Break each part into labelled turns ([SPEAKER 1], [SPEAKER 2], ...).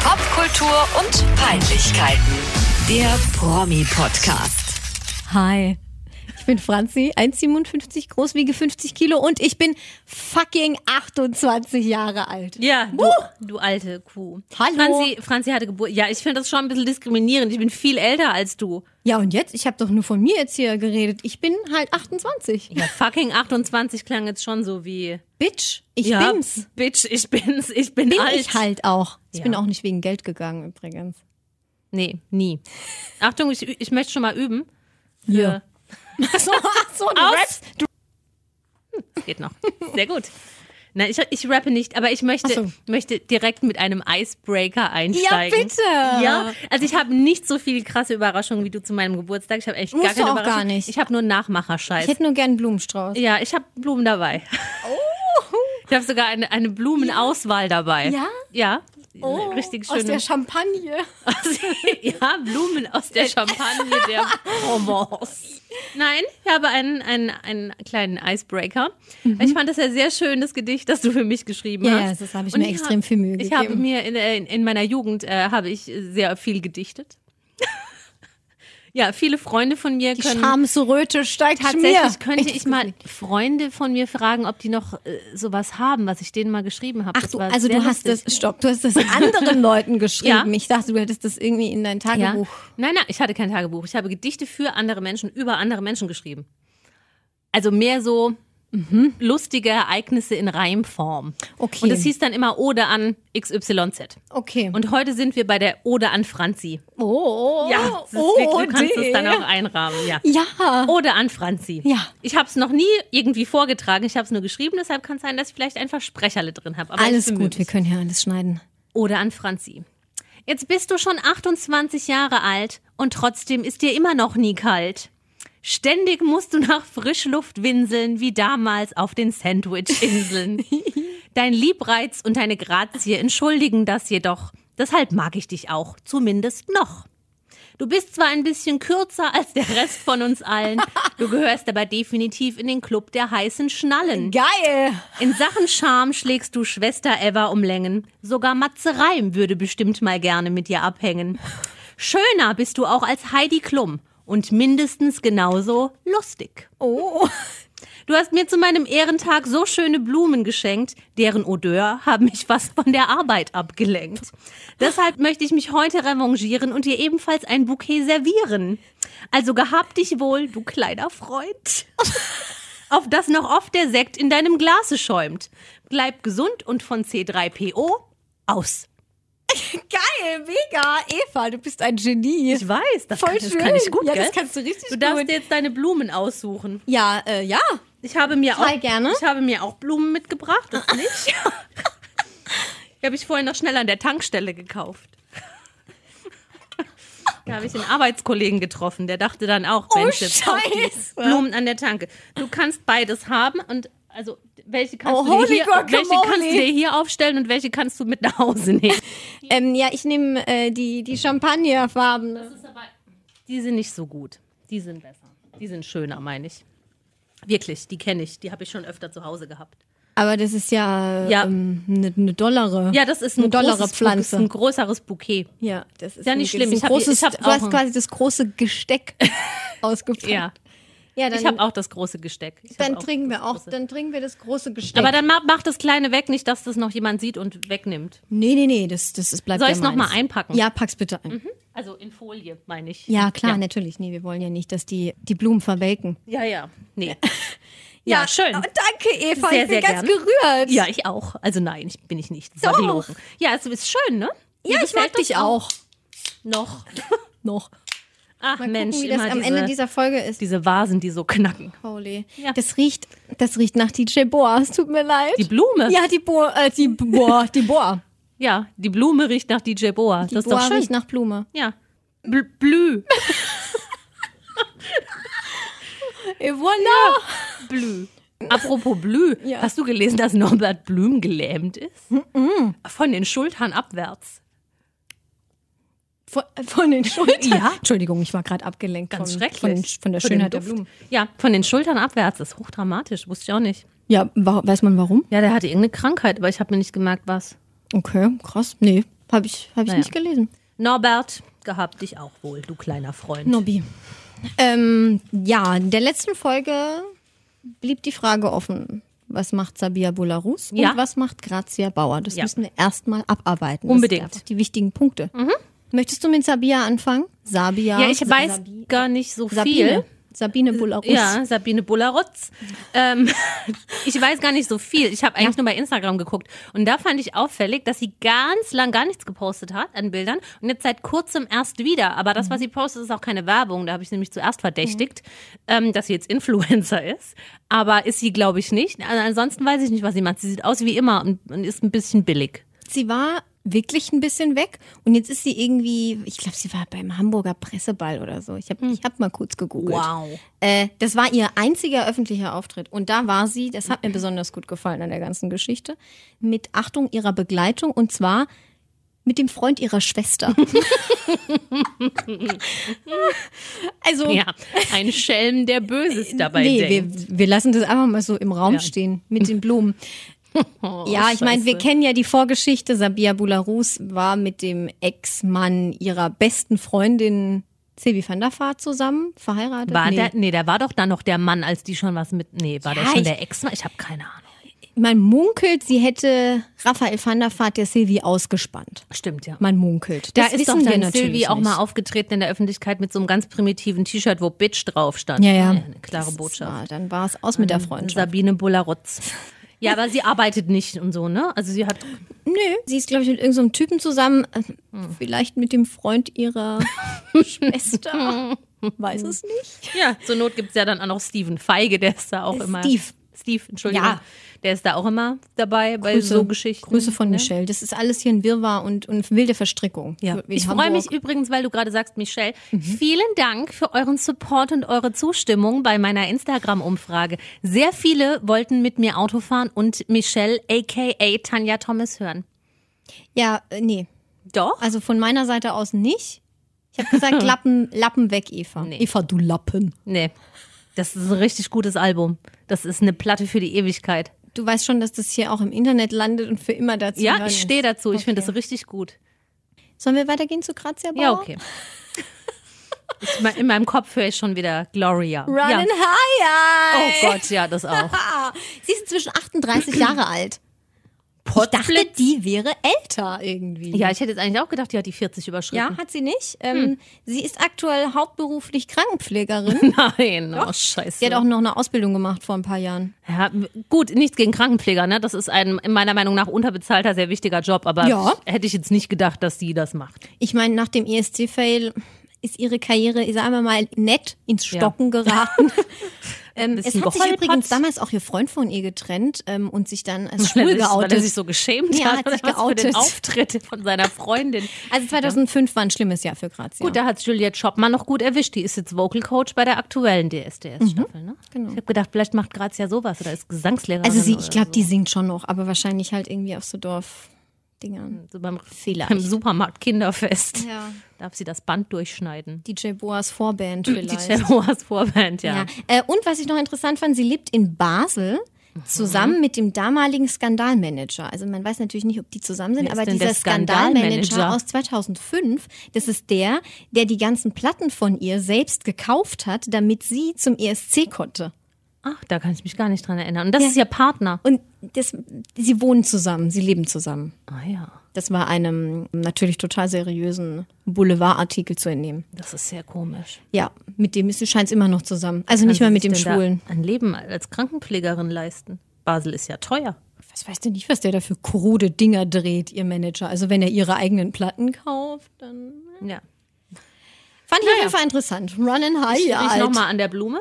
[SPEAKER 1] Popkultur und Peinlichkeiten. Der Promi-Podcast.
[SPEAKER 2] Hi. Ich bin Franzi, 1,57 groß, wiege 50 Kilo und ich bin fucking 28 Jahre alt.
[SPEAKER 3] Ja, du, du alte Kuh.
[SPEAKER 2] Hallo.
[SPEAKER 3] Franzi, Franzi hatte Geburt. Ja, ich finde das schon ein bisschen diskriminierend. Ich bin viel älter als du.
[SPEAKER 2] Ja, und jetzt? Ich habe doch nur von mir jetzt hier geredet. Ich bin halt 28.
[SPEAKER 3] Ja, fucking 28 klang jetzt schon so wie.
[SPEAKER 2] Bitch, ich
[SPEAKER 3] ja,
[SPEAKER 2] bin's.
[SPEAKER 3] Bitch, ich bin's. Ich bin,
[SPEAKER 2] Bin
[SPEAKER 3] alt.
[SPEAKER 2] ich halt auch. Ich
[SPEAKER 3] Ja.
[SPEAKER 2] bin auch nicht wegen Geld gegangen übrigens.
[SPEAKER 3] Nee, nie. Achtung, ich, ich möchte schon mal üben. Äh,
[SPEAKER 2] Ja.
[SPEAKER 3] Ja.
[SPEAKER 2] Ach so, ach so, du
[SPEAKER 3] Aus.
[SPEAKER 2] rappst. Du,
[SPEAKER 3] Geht noch. Sehr gut. Nein, ich, ich rappe nicht, aber ich möchte,
[SPEAKER 2] Ach so.
[SPEAKER 3] möchte direkt mit einem Icebreaker
[SPEAKER 2] ja,
[SPEAKER 3] einsteigen.
[SPEAKER 2] bitte.
[SPEAKER 3] Ja, also ich habe nicht so viele krasse Überraschungen wie du zu meinem Geburtstag. Ich habe echt gar
[SPEAKER 2] Musst du
[SPEAKER 3] keine
[SPEAKER 2] auch gar
[SPEAKER 3] Überraschung.
[SPEAKER 2] nicht.
[SPEAKER 3] Ich habe nur
[SPEAKER 2] Ich
[SPEAKER 3] Nachmacherscheiß.
[SPEAKER 2] hätte nur gern einen Blumenstrauß.
[SPEAKER 3] Ja, ich habe Blumen dabei.
[SPEAKER 2] Oh.
[SPEAKER 3] Ich habe sogar eine, eine Blumenauswahl dabei.
[SPEAKER 2] Ja? Oh.
[SPEAKER 3] Ja. Eine richtig schöne.
[SPEAKER 2] Aus der Champagne.
[SPEAKER 3] ja, Blumen aus der Champagne der Provence. Nein, ich habe einen, einen, einen kleinen Icebreaker. Ich fand das ja sehr schön, das Gedicht, das du für mich geschrieben
[SPEAKER 2] Mhm. Ja,
[SPEAKER 3] hast.
[SPEAKER 2] ja, das habe ich
[SPEAKER 3] Und
[SPEAKER 2] mir extrem viel Mühe
[SPEAKER 3] Ich habe
[SPEAKER 2] gegeben.
[SPEAKER 3] mir in, äh, in, in meiner Jugend äh, habe ich sehr viel gedichtet. ja, viele Freunde von mir
[SPEAKER 2] Die
[SPEAKER 3] können
[SPEAKER 2] Schamsröte steigt
[SPEAKER 3] Tatsächlich
[SPEAKER 2] mir.
[SPEAKER 3] könnte ich mal Freunde von mir fragen, ob die noch äh, sowas haben, was ich denen mal geschrieben habe.
[SPEAKER 2] Ach
[SPEAKER 3] Das
[SPEAKER 2] du,
[SPEAKER 3] war
[SPEAKER 2] also
[SPEAKER 3] sehr
[SPEAKER 2] du hast
[SPEAKER 3] lustig.
[SPEAKER 2] das, stopp, du hast das anderen Leuten geschrieben.
[SPEAKER 3] Ja.
[SPEAKER 2] Ich dachte, du hättest das irgendwie in dein
[SPEAKER 3] ja.
[SPEAKER 2] Tagebuch.
[SPEAKER 3] Nein, nein, ich hatte kein Tagebuch. Ich habe Gedichte für andere Menschen über andere Menschen geschrieben. Also mehr so lustige Ereignisse in Reimform.
[SPEAKER 2] Mhm. Okay.
[SPEAKER 3] Und das hieß dann immer Ode an XYZ.
[SPEAKER 2] Okay.
[SPEAKER 3] Und heute sind wir bei der Ode an Franzi.
[SPEAKER 2] oh,
[SPEAKER 3] ja, das ist
[SPEAKER 2] oh,
[SPEAKER 3] wirklich, du kannst
[SPEAKER 2] D.
[SPEAKER 3] es dann auch einrahmen. Ja.
[SPEAKER 2] Ja.
[SPEAKER 3] Ode an Franzi.
[SPEAKER 2] Ja.
[SPEAKER 3] Ich habe es noch nie irgendwie vorgetragen. Ich habe es nur geschrieben. Deshalb kann es sein, dass ich vielleicht einfach Sprecherle drin habe.
[SPEAKER 2] Alles gut, wir können hier alles schneiden.
[SPEAKER 3] Ode an Franzi. Jetzt bist du schon 28 Jahre alt und trotzdem ist dir immer noch nie kalt. Ständig musst du nach Frischluft winseln, wie damals auf den Sandwich-Inseln. Dein Liebreiz und deine Grazie entschuldigen das jedoch. Deshalb mag ich dich auch, zumindest noch. Du bist zwar ein bisschen kürzer als der Rest von uns allen, du gehörst aber definitiv in den Club der heißen Schnallen.
[SPEAKER 2] Geil.
[SPEAKER 3] In Sachen Charme schlägst du Schwester Eva um Längen. Sogar Matze Reim würde bestimmt mal gerne mit dir abhängen. Schöner bist du auch als Heidi Klum und mindestens genauso lustig.
[SPEAKER 2] Oh.
[SPEAKER 3] Du hast mir zu meinem Ehrentag so schöne Blumen geschenkt, deren Odeur haben mich fast von der Arbeit abgelenkt. Deshalb möchte ich mich heute revanchieren und dir ebenfalls ein Bouquet servieren. Also gehab dich wohl, du kleiner Freund. Auf das noch oft der Sekt in deinem Glase schäumt. Bleib gesund und von C3PO aus.
[SPEAKER 2] Geil, mega. Eva, du bist ein Genie.
[SPEAKER 3] Ich weiß, das,
[SPEAKER 2] Voll
[SPEAKER 3] kann, das
[SPEAKER 2] schön.
[SPEAKER 3] kann ich gut,
[SPEAKER 2] ja,
[SPEAKER 3] gell?
[SPEAKER 2] das kannst du richtig
[SPEAKER 3] Du darfst
[SPEAKER 2] gut.
[SPEAKER 3] dir jetzt deine Blumen aussuchen.
[SPEAKER 2] Ja, äh, ja.
[SPEAKER 3] Ich habe mir
[SPEAKER 2] Total
[SPEAKER 3] auch
[SPEAKER 2] gerne.
[SPEAKER 3] Ich habe mir auch Blumen mitgebracht, das nicht. die habe ich vorhin noch schnell an der Tankstelle gekauft. Da habe ich einen Arbeitskollegen getroffen, der dachte dann auch, Mensch, jetzt kauft die
[SPEAKER 2] Oh, Scheiße.
[SPEAKER 3] Blumen an der Tanke. Du kannst beides haben und also welche kannst,
[SPEAKER 2] Oh,
[SPEAKER 3] du,
[SPEAKER 2] holy
[SPEAKER 3] dir hier,
[SPEAKER 2] guacamole.
[SPEAKER 3] welche kannst du dir hier aufstellen und welche kannst du mit nach Hause nehmen?
[SPEAKER 2] Ähm, ja, ich nehme äh, die, die Champagnerfarbene.
[SPEAKER 3] Die sind nicht so gut. Die sind besser. Die sind schöner, meine ich. Wirklich, die kenne ich. Die habe ich schon öfter zu Hause gehabt.
[SPEAKER 2] Aber das ist ja eine
[SPEAKER 3] Ja.
[SPEAKER 2] ähm, ne, ne dollere.
[SPEAKER 3] Ja, das ist ein,
[SPEAKER 2] Eine dollere
[SPEAKER 3] großes,
[SPEAKER 2] Pflanze.
[SPEAKER 3] Bouquet, ein größeres Bouquet.
[SPEAKER 2] Ja, das ist
[SPEAKER 3] ja
[SPEAKER 2] ein-
[SPEAKER 3] nicht
[SPEAKER 2] das
[SPEAKER 3] schlimm.
[SPEAKER 2] Ist ein
[SPEAKER 3] Ich hab-
[SPEAKER 2] großes,
[SPEAKER 3] ich hab
[SPEAKER 2] du
[SPEAKER 3] auch
[SPEAKER 2] hast
[SPEAKER 3] ein-
[SPEAKER 2] quasi das große Gesteck ausgepackt.
[SPEAKER 3] Ja.
[SPEAKER 2] ja dann,
[SPEAKER 3] Ich habe auch das große Gesteck. Ich hab
[SPEAKER 2] dann
[SPEAKER 3] auch
[SPEAKER 2] trinken
[SPEAKER 3] das
[SPEAKER 2] wir auch,
[SPEAKER 3] große.
[SPEAKER 2] dann trinken wir das große Gesteck.
[SPEAKER 3] Aber dann ma- mach das kleine weg, nicht, dass das noch jemand sieht und wegnimmt.
[SPEAKER 2] nee, nee, nee, das, das ist bleibt
[SPEAKER 3] Soll
[SPEAKER 2] ja
[SPEAKER 3] ich's noch
[SPEAKER 2] meins.
[SPEAKER 3] mal einpacken?
[SPEAKER 2] Ja, pack's bitte ein.
[SPEAKER 3] Also in Folie, meine ich.
[SPEAKER 2] Ja, klar, natürlich. Nee, wir wollen ja nicht, dass die, die Blumen verwelken. oh,
[SPEAKER 3] Ja, ja. Nee. Ja, schön.
[SPEAKER 2] Danke, Eva.
[SPEAKER 3] Sehr,
[SPEAKER 2] ich bin
[SPEAKER 3] sehr
[SPEAKER 2] ganz
[SPEAKER 3] gern.
[SPEAKER 2] gerührt.
[SPEAKER 3] Ja, ich auch. Also nein, ich bin ich nicht. Das war
[SPEAKER 2] Doch.
[SPEAKER 3] gelogen. Ja, es ist schön, ne?
[SPEAKER 2] Ja,
[SPEAKER 3] Mir
[SPEAKER 2] ich mag
[SPEAKER 3] gefällt das
[SPEAKER 2] dich auch.
[SPEAKER 3] Noch.
[SPEAKER 2] Noch.
[SPEAKER 3] Ach
[SPEAKER 2] Mal
[SPEAKER 3] Mensch,
[SPEAKER 2] gucken, wie das
[SPEAKER 3] immer
[SPEAKER 2] am
[SPEAKER 3] diese,
[SPEAKER 2] Ende dieser Folge ist.
[SPEAKER 3] diese Vasen, die so knacken.
[SPEAKER 2] Holy.
[SPEAKER 3] Ja.
[SPEAKER 2] Das riecht, das riecht nach DJ Boa. Es tut mir leid.
[SPEAKER 3] Die Blume.
[SPEAKER 2] ja, die Boa, äh, die Boa, die Boa.
[SPEAKER 3] Ja, die Blume riecht nach DJ Boa.
[SPEAKER 2] Die
[SPEAKER 3] das ist
[SPEAKER 2] Boa
[SPEAKER 3] doch schön.
[SPEAKER 2] riecht nach Blume.
[SPEAKER 3] Ja. Bl Blü.
[SPEAKER 2] Et voilà.
[SPEAKER 3] Blü. Apropos Blü,
[SPEAKER 2] Ja.
[SPEAKER 3] hast du gelesen, dass Norbert Blüm gelähmt ist? Von den Schultern abwärts.
[SPEAKER 2] Von, von den Schultern.
[SPEAKER 3] Ja.
[SPEAKER 2] Entschuldigung, ich war gerade abgelenkt.
[SPEAKER 3] Ganz
[SPEAKER 2] von,
[SPEAKER 3] schrecklich.
[SPEAKER 2] Von, von der
[SPEAKER 3] Von
[SPEAKER 2] Schönheit der
[SPEAKER 3] dem Duft.
[SPEAKER 2] Blumen.
[SPEAKER 3] Ja, von den Schultern abwärts. Das ist hochdramatisch, wusste ich auch nicht.
[SPEAKER 2] Ja, wa- weiß man warum?
[SPEAKER 3] Ja, der hatte irgendeine Krankheit, aber ich habe mir nicht gemerkt, was.
[SPEAKER 2] Okay, krass. Nee, Habe ich, hab ich
[SPEAKER 3] Naja.
[SPEAKER 2] nicht gelesen.
[SPEAKER 3] Norbert, gehabt dich auch wohl, du kleiner Freund.
[SPEAKER 2] Nobby. Ähm, ja, in der letzten Folge blieb die Frage offen. Was macht Sabia Bularus und
[SPEAKER 3] Ja.
[SPEAKER 2] was macht Grazia Bauer? Das
[SPEAKER 3] Ja.
[SPEAKER 2] müssen wir erstmal abarbeiten.
[SPEAKER 3] Unbedingt. Mhm.
[SPEAKER 2] Das sind einfach die wichtigen Punkte. Möchtest du mit Sabia anfangen? Sabia.
[SPEAKER 3] ja, ich weiß
[SPEAKER 2] Sabi-
[SPEAKER 3] gar nicht so viel.
[SPEAKER 2] Sabine. Sabine Bularus.
[SPEAKER 3] Ja, Sabine Bullerutz. Ähm, ich weiß gar nicht so viel. Ich habe eigentlich nur bei Instagram geguckt. Und da fand ich auffällig, dass sie ganz lang gar nichts gepostet hat an Bildern und jetzt seit kurzem erst wieder. Aber
[SPEAKER 2] Mhm.
[SPEAKER 3] das, was sie postet, ist auch keine Werbung. Da habe ich nämlich zuerst verdächtigt, ähm, dass sie jetzt Influencer ist. Aber ist sie, glaube ich, nicht. Also ansonsten weiß ich nicht, was sie macht. Sie sieht aus wie immer und, und ist ein bisschen billig.
[SPEAKER 2] Sie war wirklich ein bisschen weg und jetzt ist sie irgendwie, ich glaube, sie war beim Hamburger Presseball oder so. Ich habe ich hab mal kurz gegoogelt.
[SPEAKER 3] Hm. Wow.
[SPEAKER 2] Äh, das war ihr einziger öffentlicher Auftritt. Und da war sie, das hat mir besonders gut gefallen an der ganzen Geschichte, mit Achtung ihrer Begleitung und zwar mit dem Freund ihrer Schwester. also,
[SPEAKER 3] Ja, ein Schelm, der Böses
[SPEAKER 2] Äh,
[SPEAKER 3] dabei
[SPEAKER 2] nee,
[SPEAKER 3] denkt.
[SPEAKER 2] wir, wir lassen das einfach mal so im Raum
[SPEAKER 3] Ja.
[SPEAKER 2] stehen mit den Blumen. ja, ich meine, wir
[SPEAKER 3] Scheiße.
[SPEAKER 2] kennen ja die Vorgeschichte. Sabia Bularus war mit dem Ex-Mann ihrer besten Freundin Silvi van der Vaart zusammen, verheiratet.
[SPEAKER 3] War
[SPEAKER 2] Nee.
[SPEAKER 3] der, nee, da war doch dann noch der Mann, als die schon was mit. Nee, war
[SPEAKER 2] Ja,
[SPEAKER 3] der schon
[SPEAKER 2] ich-
[SPEAKER 3] der Ex-Mann? Ich habe keine Ahnung.
[SPEAKER 2] Man munkelt, sie hätte Raphael van der Vaart der Silvi ausgespannt.
[SPEAKER 3] Stimmt, ja.
[SPEAKER 2] Man munkelt.
[SPEAKER 3] Da
[SPEAKER 2] Das
[SPEAKER 3] ist doch
[SPEAKER 2] wissen wir
[SPEAKER 3] dann
[SPEAKER 2] natürlich
[SPEAKER 3] Silvi auch
[SPEAKER 2] nicht.
[SPEAKER 3] mal aufgetreten in der Öffentlichkeit mit so einem ganz primitiven T-Shirt, wo Bitch drauf stand.
[SPEAKER 2] Ja, ja.
[SPEAKER 3] Eine klare
[SPEAKER 2] Das
[SPEAKER 3] Botschaft.
[SPEAKER 2] War, dann war es aus mit der Freundschaft.
[SPEAKER 3] Sabine Bullarotz. Ja, aber sie arbeitet nicht und so, ne? Also sie hat.
[SPEAKER 2] Nö, sie ist, glaube ich, mit irgendeinem Typen zusammen. äh,
[SPEAKER 3] Hm.
[SPEAKER 2] Vielleicht mit dem Freund ihrer Schwester. Weiß es nicht.
[SPEAKER 3] Ja, zur Not gibt's ja dann auch noch Steven Feige, der ist da auch immer.
[SPEAKER 2] Äh, Steve.
[SPEAKER 3] Steve, Entschuldigung.
[SPEAKER 2] Ja.
[SPEAKER 3] Der ist da auch immer dabei bei Also so Geschichten.
[SPEAKER 2] Grüße von
[SPEAKER 3] ne?
[SPEAKER 2] Michelle. Das ist alles hier ein Wirrwarr und, und wilde Verstrickung.
[SPEAKER 3] Ja.
[SPEAKER 2] Wie in
[SPEAKER 3] Ich freue mich
[SPEAKER 2] Hamburg. Mhm.
[SPEAKER 3] übrigens, weil du gerade sagst, Michelle, vielen Dank für euren Support und eure Zustimmung bei meiner Instagram-Umfrage. Sehr viele wollten mit mir Auto fahren und Michelle, aka Tanja Thomas, hören.
[SPEAKER 2] Ja, äh, nee.
[SPEAKER 3] Doch?
[SPEAKER 2] Also von meiner Seite aus nicht. Ich habe gesagt, Lappen, Lappen weg, Eva. Eva, du Lappen.
[SPEAKER 3] Nee. Das ist ein richtig gutes Album. Das ist eine Platte für die Ewigkeit.
[SPEAKER 2] Du weißt schon, dass das hier auch im Internet landet und für immer dazu
[SPEAKER 3] Ja,
[SPEAKER 2] hören
[SPEAKER 3] ich
[SPEAKER 2] ist.
[SPEAKER 3] stehe dazu. Ich finde das richtig gut.
[SPEAKER 2] Sollen wir weitergehen zu Grazia Bauer?
[SPEAKER 3] Ja, okay. Ich, mein- in meinem Kopf höre ich schon wieder Gloria.
[SPEAKER 2] Run
[SPEAKER 3] ja.
[SPEAKER 2] and higher!
[SPEAKER 3] Oh Gott, ja, das auch.
[SPEAKER 2] Sie ist inzwischen 38 Jahre alt. Ich dachte, die wäre älter irgendwie.
[SPEAKER 3] Ja, Hm. ich hätte jetzt eigentlich auch gedacht, die hat die 40 überschritten.
[SPEAKER 2] Ja, hat sie nicht. Ähm, Sie ist aktuell hauptberuflich Krankenpflegerin.
[SPEAKER 3] Nein, oh scheiße.
[SPEAKER 2] Sie hat auch noch eine Ausbildung gemacht vor ein paar Jahren.
[SPEAKER 3] Ja, gut, nichts gegen Krankenpfleger, ne? Das ist ein meiner Meinung nach unterbezahlter, sehr wichtiger Job, aber
[SPEAKER 2] Ja.
[SPEAKER 3] hätte ich jetzt nicht gedacht, dass sie das macht.
[SPEAKER 2] Ich meine, nach dem E ESC-Fail ist ihre Karriere, sagen wir mal, nett ins Stocken geraten. Ähm, es
[SPEAKER 3] Bisschen
[SPEAKER 2] hat sich
[SPEAKER 3] geholpert.
[SPEAKER 2] übrigens damals auch ihr Freund von ihr getrennt ähm, und sich dann als
[SPEAKER 3] Weil er
[SPEAKER 2] schwul
[SPEAKER 3] sich- Weil er
[SPEAKER 2] geoutet.
[SPEAKER 3] sich so geschämt
[SPEAKER 2] Ja,
[SPEAKER 3] hat,
[SPEAKER 2] hat sich
[SPEAKER 3] oder was für den
[SPEAKER 2] geoutet.
[SPEAKER 3] Auftritt von seiner Freundin.
[SPEAKER 2] Also 2005 war ein schlimmes Jahr für Grazia.
[SPEAKER 3] Gut, da hat Juliette Schoppmann noch gut erwischt. Die ist jetzt Vocal Coach bei der aktuellen DSDS-Staffel, ne? Genau. Ich habe gedacht, vielleicht macht Grazia sowas oder ist Gesangslehrerin.
[SPEAKER 2] Mhm. also sie,
[SPEAKER 3] oder
[SPEAKER 2] ich glaube, die singt schon noch, aber wahrscheinlich halt irgendwie auf so Dorfdingern.
[SPEAKER 3] so beim,
[SPEAKER 2] Vielleicht.
[SPEAKER 3] beim Supermarkt Kinderfest.
[SPEAKER 2] Ja.
[SPEAKER 3] Darf sie das Band durchschneiden?
[SPEAKER 2] DJ Boas Vorband vielleicht.
[SPEAKER 3] Die Celloas Vorband,
[SPEAKER 2] ja.
[SPEAKER 3] ja.
[SPEAKER 2] Äh, und was ich noch interessant fand, sie lebt in Basel zusammen mit dem damaligen Skandalmanager. Also man weiß natürlich nicht, ob die zusammen sind,
[SPEAKER 3] Wer ist
[SPEAKER 2] aber
[SPEAKER 3] denn
[SPEAKER 2] dieser
[SPEAKER 3] der Skandalmanager?
[SPEAKER 2] Skandalmanager aus 2005, das ist der, der die ganzen Platten von ihr selbst gekauft hat, damit sie zum ESC konnte.
[SPEAKER 3] Ach, da kann ich mich gar nicht dran erinnern. Und das ist ihr Partner.
[SPEAKER 2] Und das, sie wohnen zusammen, sie leben zusammen.
[SPEAKER 3] Ah ja.
[SPEAKER 2] Das war einem natürlich total seriösen Boulevardartikel zu entnehmen.
[SPEAKER 3] Das ist sehr komisch.
[SPEAKER 2] Ja, mit dem ist sie scheint immer noch zusammen. Also nicht mal mit dem
[SPEAKER 3] Denn da
[SPEAKER 2] Schwulen.
[SPEAKER 3] Ein Leben als Krankenpflegerin leisten. Basel ist ja teuer.
[SPEAKER 2] Was weiß denn nicht, was der da für krude Dinger dreht, ihr Manager? Also wenn er ihre eigenen Platten kauft, dann.
[SPEAKER 3] Ja.
[SPEAKER 2] Fand ich auf jeden Fall interessant. Run and high,
[SPEAKER 3] Ich
[SPEAKER 2] ja. halt.
[SPEAKER 3] ja,
[SPEAKER 2] alt.
[SPEAKER 3] nochmal an der Blume.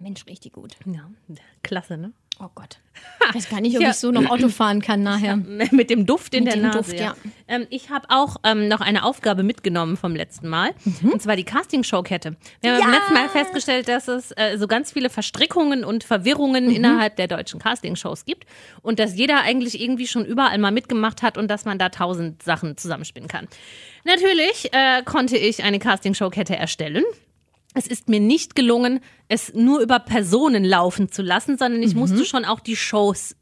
[SPEAKER 2] Mensch, richtig gut.
[SPEAKER 3] Ja, klasse, ne?
[SPEAKER 2] Oh Gott. Ich weiß gar nicht, ob
[SPEAKER 3] Ja.
[SPEAKER 2] ich so noch Auto fahren kann nachher.
[SPEAKER 3] Mit dem Duft in
[SPEAKER 2] Mit
[SPEAKER 3] der
[SPEAKER 2] dem
[SPEAKER 3] Nase.
[SPEAKER 2] Duft, ja.
[SPEAKER 3] Ähm, ich habe auch ähm, noch eine Aufgabe mitgenommen vom letzten Mal.
[SPEAKER 2] Mhm.
[SPEAKER 3] Und zwar die Castingshow-Kette. Wir haben beim letzten Mal festgestellt, dass es äh, so ganz viele Verstrickungen und Verwirrungen
[SPEAKER 2] Mhm.
[SPEAKER 3] innerhalb der deutschen Castingshows gibt. Und dass jeder eigentlich irgendwie schon überall mal mitgemacht hat und dass man da tausend Sachen zusammenspinnen kann. Natürlich äh, konnte ich eine Castingshow-Kette erstellen. Es ist mir nicht gelungen,
[SPEAKER 2] Mhm.
[SPEAKER 3] es nur über Personen laufen zu lassen, sondern ich musste schon auch die Shows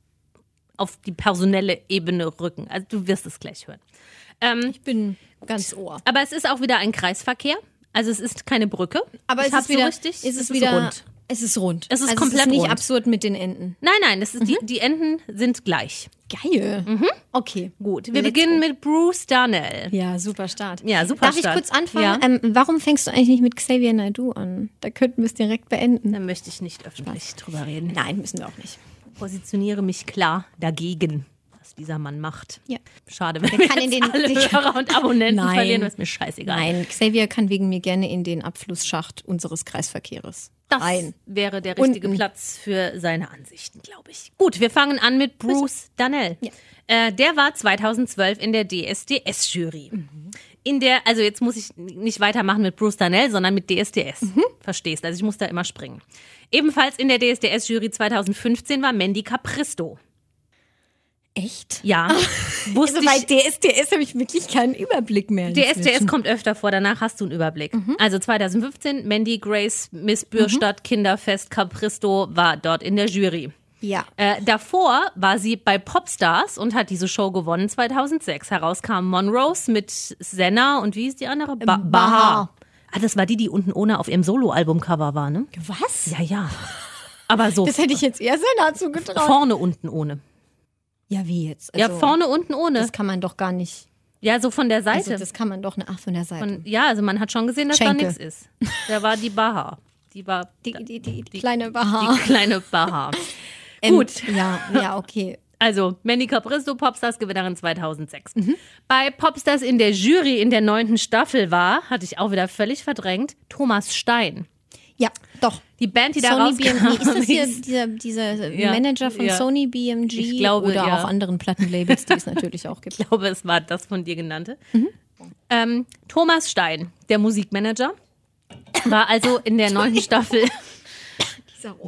[SPEAKER 3] auf die personelle Ebene rücken. Also du wirst es gleich hören. Ähm,
[SPEAKER 2] Ich bin ganz ohr.
[SPEAKER 3] aber es ist auch wieder ein Kreisverkehr. Also es ist keine Brücke.
[SPEAKER 2] Aber
[SPEAKER 3] ich
[SPEAKER 2] ist
[SPEAKER 3] hab's
[SPEAKER 2] es wieder,
[SPEAKER 3] so richtig.
[SPEAKER 2] Ist es, wieder
[SPEAKER 3] rund.
[SPEAKER 2] Es ist rund.
[SPEAKER 3] Es ist
[SPEAKER 2] also es
[SPEAKER 3] komplett
[SPEAKER 2] ist nicht
[SPEAKER 3] rund.
[SPEAKER 2] absurd mit den Enden.
[SPEAKER 3] Nein, nein, das ist
[SPEAKER 2] Mhm.
[SPEAKER 3] die, die Enden sind gleich.
[SPEAKER 2] Geil. Mhm. Okay.
[SPEAKER 3] Gut, wir
[SPEAKER 2] Let's
[SPEAKER 3] beginnen mit Bruce Darnell.
[SPEAKER 2] Ja, super Start.
[SPEAKER 3] Ja, super
[SPEAKER 2] Darf
[SPEAKER 3] Start.
[SPEAKER 2] ich kurz anfangen? Ähm, warum fängst du eigentlich nicht mit Xavier Naidoo an? Da könnten wir es direkt beenden.
[SPEAKER 3] Da möchte ich nicht öffentlich drüber reden.
[SPEAKER 2] Nein, müssen wir auch nicht.
[SPEAKER 3] Ich positioniere mich klar dagegen, was dieser Mann macht.
[SPEAKER 2] Ja.
[SPEAKER 3] Schade, wenn wir
[SPEAKER 2] kann
[SPEAKER 3] jetzt
[SPEAKER 2] in den-
[SPEAKER 3] alle Hörer und Abonnenten
[SPEAKER 2] Nein.
[SPEAKER 3] verlieren, ist mir scheißegal.
[SPEAKER 2] Nein, Xavier kann wegen mir gerne in den Abflussschacht unseres Kreisverkehres.
[SPEAKER 3] Das
[SPEAKER 2] rein.
[SPEAKER 3] wäre der richtige
[SPEAKER 2] Unten.
[SPEAKER 3] Platz für seine Ansichten, glaube ich. Gut, wir fangen an mit Bruce Darnell. Äh, der war 2012 in der DSDS-Jury. In der, also jetzt muss ich n- nicht weitermachen mit Bruce Darnell, sondern mit DSDS. Verstehst? Also ich muss da immer springen. Ebenfalls in der DSDS-Jury 2015 war Mandy Capristo.
[SPEAKER 2] Echt?
[SPEAKER 3] Ja, wusste
[SPEAKER 2] Also bei
[SPEAKER 3] ich.
[SPEAKER 2] DSDS habe ich wirklich keinen Überblick mehr.
[SPEAKER 3] DSDS kommt öfter vor, danach hast du einen Überblick. Also 2015, Mandy Grace, Miss Bürstadt, Kinderfest, Capristo war dort in der Jury.
[SPEAKER 2] Ja.
[SPEAKER 3] Äh, davor war sie bei Popstars und hat diese Show gewonnen 2006. Herauskam Monrose mit Senna und wie ist die andere? Ba
[SPEAKER 2] Ähm, Baha.
[SPEAKER 3] Baha. Ah, das war die, die unten ohne auf ihrem Solo-Album-Cover war, ne?
[SPEAKER 2] Was?
[SPEAKER 3] Ja, ja. Aber so
[SPEAKER 2] Das hätte ich jetzt eher seiner zugetraut.
[SPEAKER 3] vorne unten ohne.
[SPEAKER 2] Ja, wie jetzt?
[SPEAKER 3] Ja,
[SPEAKER 2] Also,
[SPEAKER 3] vorne unten ohne.
[SPEAKER 2] Das kann man doch gar nicht.
[SPEAKER 3] Ja, so von der Seite.
[SPEAKER 2] Also, das kann man doch ne, ach, von der Seite.
[SPEAKER 3] Und ja, also man hat schon gesehen, dass da
[SPEAKER 2] Schenkel.
[SPEAKER 3] nichts ist. Da war die Baha. Die war
[SPEAKER 2] die,
[SPEAKER 3] die,
[SPEAKER 2] die, die, die kleine Baha.
[SPEAKER 3] kleine Baha.
[SPEAKER 2] Ähm,
[SPEAKER 3] Gut.
[SPEAKER 2] Ja, ja, okay.
[SPEAKER 3] Also, Mandy Capristo, Popstars-Gewinnerin 2006.
[SPEAKER 2] Mhm.
[SPEAKER 3] Bei Popstars in der Jury in der neunten Staffel war, hatte ich auch wieder völlig verdrängt, Thomas Stein.
[SPEAKER 2] Ja, doch.
[SPEAKER 3] Die Band, die da
[SPEAKER 2] Sony
[SPEAKER 3] rauskam,
[SPEAKER 2] BMG. Ist das hier
[SPEAKER 3] hieß-
[SPEAKER 2] dieser, dieser
[SPEAKER 3] Ja,
[SPEAKER 2] Manager von
[SPEAKER 3] ja.
[SPEAKER 2] Sony BMG
[SPEAKER 3] Ich glaube,
[SPEAKER 2] oder
[SPEAKER 3] ja.
[SPEAKER 2] auch anderen Plattenlabels, die es natürlich auch gibt?
[SPEAKER 3] ich glaube, es war das von dir genannte.
[SPEAKER 2] Mhm.
[SPEAKER 3] Ähm, Thomas Stein, der Musikmanager, war also in der neunten Staffel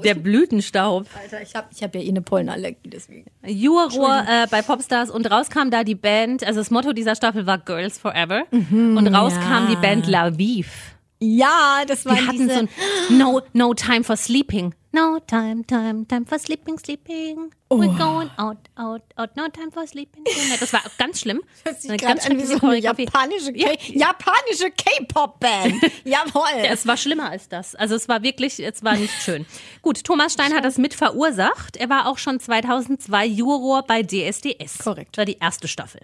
[SPEAKER 3] der Blütenstaub.
[SPEAKER 2] Alter, ich habe ich hab ja eh eine Pollenallergie, deswegen.
[SPEAKER 3] Juror äh, bei Popstars und rauskam da die Band, also das Motto dieser Staffel war Girls Forever und rauskam
[SPEAKER 2] Mhm, ja.
[SPEAKER 3] die Band La Vive.
[SPEAKER 2] Ja, das war
[SPEAKER 3] Wir hatten so ein no, no time for sleeping. No time, time, time for sleeping, sleeping.
[SPEAKER 2] Oh.
[SPEAKER 3] We're going out, out, out. No time for sleeping. tonight. Das war ganz schlimm.
[SPEAKER 2] Das sieht
[SPEAKER 3] Eine
[SPEAKER 2] gerade an wie
[SPEAKER 3] schreckliche
[SPEAKER 2] so eine
[SPEAKER 3] Choreografie.
[SPEAKER 2] japanische, K- japanische K-Pop-Band. Jawohl.
[SPEAKER 3] Ja, es war schlimmer als das. Also es war wirklich, es war nicht schön. Gut, Thomas Stein hat das mit verursacht. Er war auch schon 2002 Juror bei DSDS.
[SPEAKER 2] Korrekt. Mhm.
[SPEAKER 3] Das war die erste Staffel.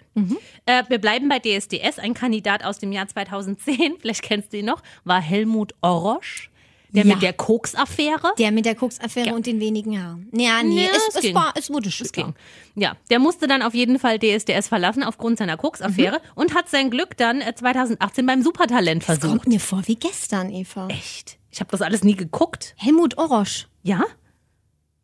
[SPEAKER 3] Äh, wir bleiben bei DSDS. Ein Kandidat aus dem Jahr 2010, vielleicht kennst du ihn noch, war Helmut Orosch. Der
[SPEAKER 2] Ja.
[SPEAKER 3] mit der Koks-Affäre.
[SPEAKER 2] Der mit der Koks-Affäre und den wenigen Haaren. Ja, nee,
[SPEAKER 3] Ja, es
[SPEAKER 2] es, es,
[SPEAKER 3] ging.
[SPEAKER 2] war, es wurde schön.
[SPEAKER 3] ging. Ja, der musste dann auf jeden Fall DSDS verlassen aufgrund seiner Koks-Affäre und hat sein Glück dann äh, 2018 beim Supertalent
[SPEAKER 2] Es
[SPEAKER 3] versucht.
[SPEAKER 2] kommt mir vor wie gestern, Eva.
[SPEAKER 3] Echt? Ich habe das alles nie geguckt.
[SPEAKER 2] Helmut Orosch.
[SPEAKER 3] Ja?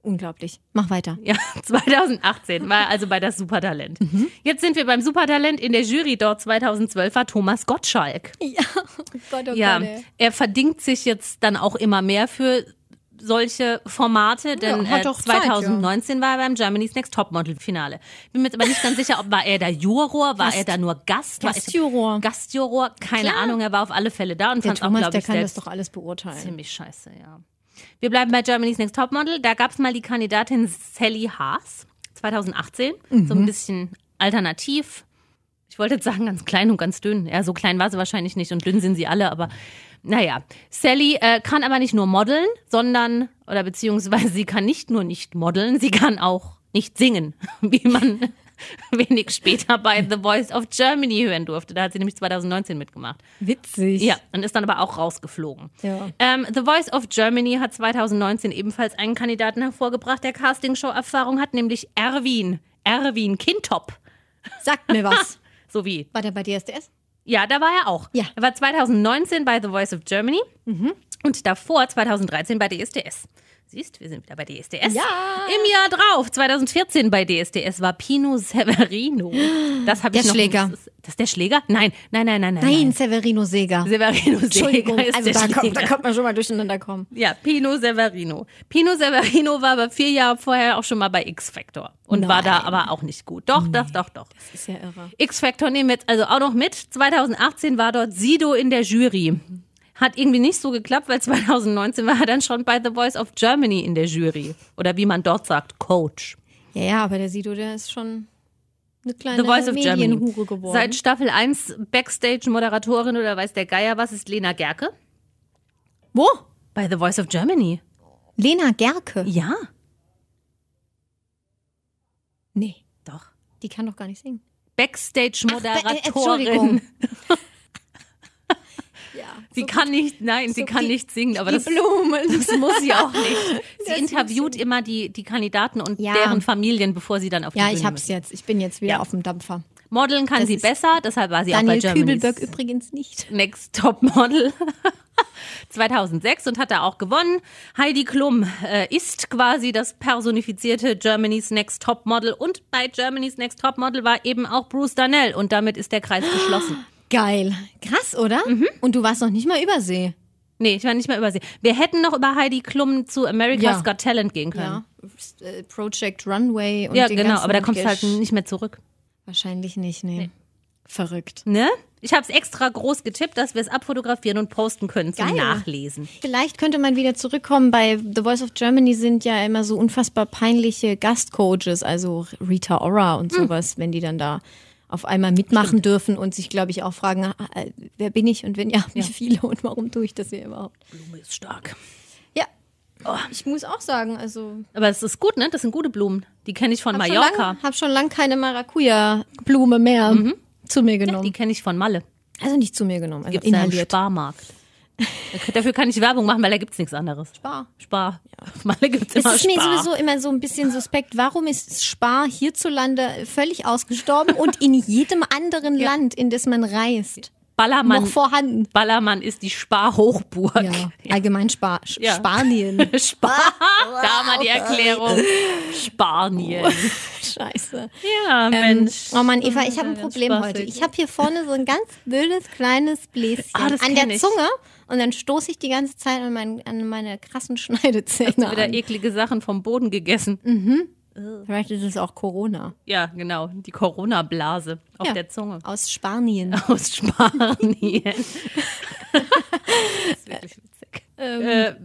[SPEAKER 2] Unglaublich. Mach weiter.
[SPEAKER 3] Ja, 2018 war er also bei das Supertalent. Jetzt sind wir beim Supertalent in der Jury dort 2012 war Thomas Gottschalk.
[SPEAKER 2] Ja, oh Gott, oh
[SPEAKER 3] Ja,
[SPEAKER 2] Gott. ey.
[SPEAKER 3] er verdingt sich jetzt dann auch immer mehr für solche Formate, denn
[SPEAKER 2] Ja, hat
[SPEAKER 3] äh,
[SPEAKER 2] doch Zeit,
[SPEAKER 3] 2019 war er beim Germany's Next Topmodel Finale. Bin mir jetzt aber nicht ganz sicher, ob war er da Juror, war
[SPEAKER 2] Gast-
[SPEAKER 3] er da nur Gast, war er-
[SPEAKER 2] Gastjuror.
[SPEAKER 3] Gastjuror, keine
[SPEAKER 2] Klar.
[SPEAKER 3] Ahnung, er war auf alle Fälle da und
[SPEAKER 2] Der
[SPEAKER 3] fand auch
[SPEAKER 2] Thomas,
[SPEAKER 3] glaube
[SPEAKER 2] der
[SPEAKER 3] ich
[SPEAKER 2] kann das
[SPEAKER 3] selbst
[SPEAKER 2] doch alles beurteilen.
[SPEAKER 3] ziemlich scheiße, ja. Wir bleiben bei Germany's Next Topmodel, da gab es mal die Kandidatin Sally Haas 2018, so ein bisschen alternativ. Ich wollte jetzt sagen, ganz klein und ganz dünn. Ja, so klein war sie wahrscheinlich nicht und dünn sind sie alle, aber naja. Sally äh, kann aber nicht nur modeln, sondern, oder beziehungsweise sie kann nicht nur nicht modeln, sie kann auch nicht singen, wie man wenig später bei The Voice of Germany hören durfte. Da hat sie nämlich 2019 mitgemacht.
[SPEAKER 2] Witzig.
[SPEAKER 3] Ja, und ist dann aber auch rausgeflogen.
[SPEAKER 2] Ja.
[SPEAKER 3] Ähm, The Voice of Germany hat 2019 ebenfalls einen Kandidaten hervorgebracht, der Castingshow-Erfahrung hat, nämlich Erwin. Erwin Kintop.
[SPEAKER 2] Sagt mir was.
[SPEAKER 3] Sowie.
[SPEAKER 2] War der bei DSDS?
[SPEAKER 3] Ja, da war er auch.
[SPEAKER 2] Ja. Mhm.
[SPEAKER 3] Er war 2019 bei The Voice of Germany und davor 2013 bei DSDS. Siehst, wir sind wieder bei DSDS.
[SPEAKER 2] Ja.
[SPEAKER 3] Im Jahr drauf, 2014 bei DSDS, war Pino Severino. Das habe
[SPEAKER 2] Der
[SPEAKER 3] ich noch.
[SPEAKER 2] Schläger.
[SPEAKER 3] Das ist der Schläger? Nein, nein, nein, nein, nein.
[SPEAKER 2] Nein, Severino Seger.
[SPEAKER 3] Severino
[SPEAKER 2] Entschuldigung,
[SPEAKER 3] Seger ist
[SPEAKER 2] also
[SPEAKER 3] der
[SPEAKER 2] da
[SPEAKER 3] Schläger.
[SPEAKER 2] kommt, da kommt man schon mal durcheinander kommen.
[SPEAKER 3] Ja, Pino Severino. Pino Severino war aber vier Jahre vorher auch schon mal bei X Factor und war da aber auch nicht gut. Doch, doch, doch, doch.
[SPEAKER 2] Ist ja irre.
[SPEAKER 3] X Factor nehmen wir jetzt also auch noch mit. 2018 war dort Sido in der Jury. Hat irgendwie nicht so geklappt, weil 2019 war er dann schon bei The Voice of Germany in der Jury. Oder wie man dort sagt, Coach.
[SPEAKER 2] Ja, ja, aber der Sido, der ist schon eine kleine
[SPEAKER 3] The Voice of Germany.
[SPEAKER 2] Medienhure geworden.
[SPEAKER 3] Seit Staffel 1 Backstage-Moderatorin oder weiß der Geier was ist Lena Gerke?
[SPEAKER 2] Wo?
[SPEAKER 3] Bei The Voice of Germany.
[SPEAKER 2] Lena Gerke.
[SPEAKER 3] Ja,
[SPEAKER 2] Nee,
[SPEAKER 3] doch.
[SPEAKER 2] die kann doch gar nicht singen.
[SPEAKER 3] Backstage-Moderatorin.
[SPEAKER 2] ja.
[SPEAKER 3] Sie kann nicht, nein, sie
[SPEAKER 2] so
[SPEAKER 3] kann
[SPEAKER 2] die-
[SPEAKER 3] nicht singen, aber
[SPEAKER 2] die
[SPEAKER 3] das,
[SPEAKER 2] Blumen.
[SPEAKER 3] das muss sie auch nicht. Sie
[SPEAKER 2] Das muss
[SPEAKER 3] interviewt immer die, die Kandidaten und
[SPEAKER 2] Ja.
[SPEAKER 3] deren Familien, bevor sie dann auf die
[SPEAKER 2] Ja,
[SPEAKER 3] Bühne
[SPEAKER 2] ich hab's
[SPEAKER 3] müssen.
[SPEAKER 2] jetzt. Ich bin jetzt wieder auf dem Dampfer.
[SPEAKER 3] Modeln kann
[SPEAKER 2] Das
[SPEAKER 3] sie
[SPEAKER 2] ist-
[SPEAKER 3] besser, deshalb war sie
[SPEAKER 2] Daniel
[SPEAKER 3] auch bei Germany's
[SPEAKER 2] Kübelberg übrigens nicht.
[SPEAKER 3] Next Top Model 2006 und hat da auch gewonnen. Heidi Klum äh, ist quasi das personifizierte Germany's Next Top Model und bei Germany's Next Top Model war eben auch Bruce Darnell und damit ist der Kreis geschlossen.
[SPEAKER 2] Geil. Krass, oder?
[SPEAKER 3] Mhm.
[SPEAKER 2] Und du warst noch nicht mal übersee.
[SPEAKER 3] Nee, ich war nicht mehr übersehen. Wir hätten noch über Heidi Klum zu America's
[SPEAKER 2] Ja.
[SPEAKER 3] Got Talent gehen können.
[SPEAKER 2] Äh, Project Runway und
[SPEAKER 3] Ja,
[SPEAKER 2] den
[SPEAKER 3] genau,
[SPEAKER 2] ganzen
[SPEAKER 3] aber da kommst du halt
[SPEAKER 2] Gesch-
[SPEAKER 3] nicht mehr zurück.
[SPEAKER 2] Wahrscheinlich nicht, nee. Verrückt.
[SPEAKER 3] Ne? Ich habe es extra groß getippt, dass wir es abfotografieren und posten können zum
[SPEAKER 2] Geil.
[SPEAKER 3] Nachlesen.
[SPEAKER 2] Vielleicht könnte man wieder zurückkommen. Bei The Voice of Germany sind ja immer so unfassbar peinliche Gastcoaches, also Rita Ora und sowas, wenn die dann da auf einmal mitmachen dürfen und sich, glaube ich, auch fragen, äh, wer bin ich und wenn ja, wie viele und warum tue ich das hier überhaupt?
[SPEAKER 3] Blume ist stark.
[SPEAKER 2] Ja, Oh, ich muss auch sagen, also
[SPEAKER 3] Aber es ist gut, ne? Das sind gute Blumen. Die kenne ich von
[SPEAKER 2] hab
[SPEAKER 3] Mallorca.
[SPEAKER 2] schon lang, hab schon lang keine Maracuja-Blume mehr zu mir
[SPEAKER 3] Ja,
[SPEAKER 2] genommen.
[SPEAKER 3] die kenne ich von Malle.
[SPEAKER 2] Mhm. also nicht zu mir genommen, also
[SPEAKER 3] Gibt es da im
[SPEAKER 2] inhaliert.
[SPEAKER 3] Sparmarkt. Dafür kann ich Werbung machen, weil da gibt es nichts anderes.
[SPEAKER 2] Spar.
[SPEAKER 3] Spar. Auf Malle gibt es
[SPEAKER 2] Es
[SPEAKER 3] immer
[SPEAKER 2] ist mir
[SPEAKER 3] Spar.
[SPEAKER 2] sowieso immer so ein bisschen suspekt, warum ist Spar hierzulande völlig ausgestorben und in jedem anderen Land, in das man reist,
[SPEAKER 3] Ballermann,
[SPEAKER 2] noch vorhanden?
[SPEAKER 3] Ballermann ist die Spar-Hochburg.
[SPEAKER 2] Ja, allgemein Spar, Sch-
[SPEAKER 3] Ja.
[SPEAKER 2] Spanien.
[SPEAKER 3] Spar.
[SPEAKER 2] Ah,
[SPEAKER 3] Da mal die Erklärung. Spanien. Ähm,
[SPEAKER 2] Scheiße.
[SPEAKER 3] Ja, Mensch.
[SPEAKER 2] Oh Mann, Eva, ich habe ein
[SPEAKER 3] Ja,
[SPEAKER 2] Problem
[SPEAKER 3] spaßig.
[SPEAKER 2] heute. Ich habe hier vorne so ein ganz blödes kleines Bläschen
[SPEAKER 3] Ah, das
[SPEAKER 2] an
[SPEAKER 3] kenn
[SPEAKER 2] der
[SPEAKER 3] ich.
[SPEAKER 2] Zunge und dann stoße ich die ganze Zeit an, mein, an meine krassen Schneidezähne.
[SPEAKER 3] Wieder eh-
[SPEAKER 2] An.
[SPEAKER 3] eklige Sachen vom Boden gegessen.
[SPEAKER 2] Vielleicht ist es auch Corona
[SPEAKER 3] Ja, genau. Die Corona-Blase auf
[SPEAKER 2] Ja.
[SPEAKER 3] der Zunge.
[SPEAKER 2] aus Spanien.
[SPEAKER 3] Aus Spanien. das ist wirklich witzig.
[SPEAKER 2] Ähm.
[SPEAKER 3] Äh,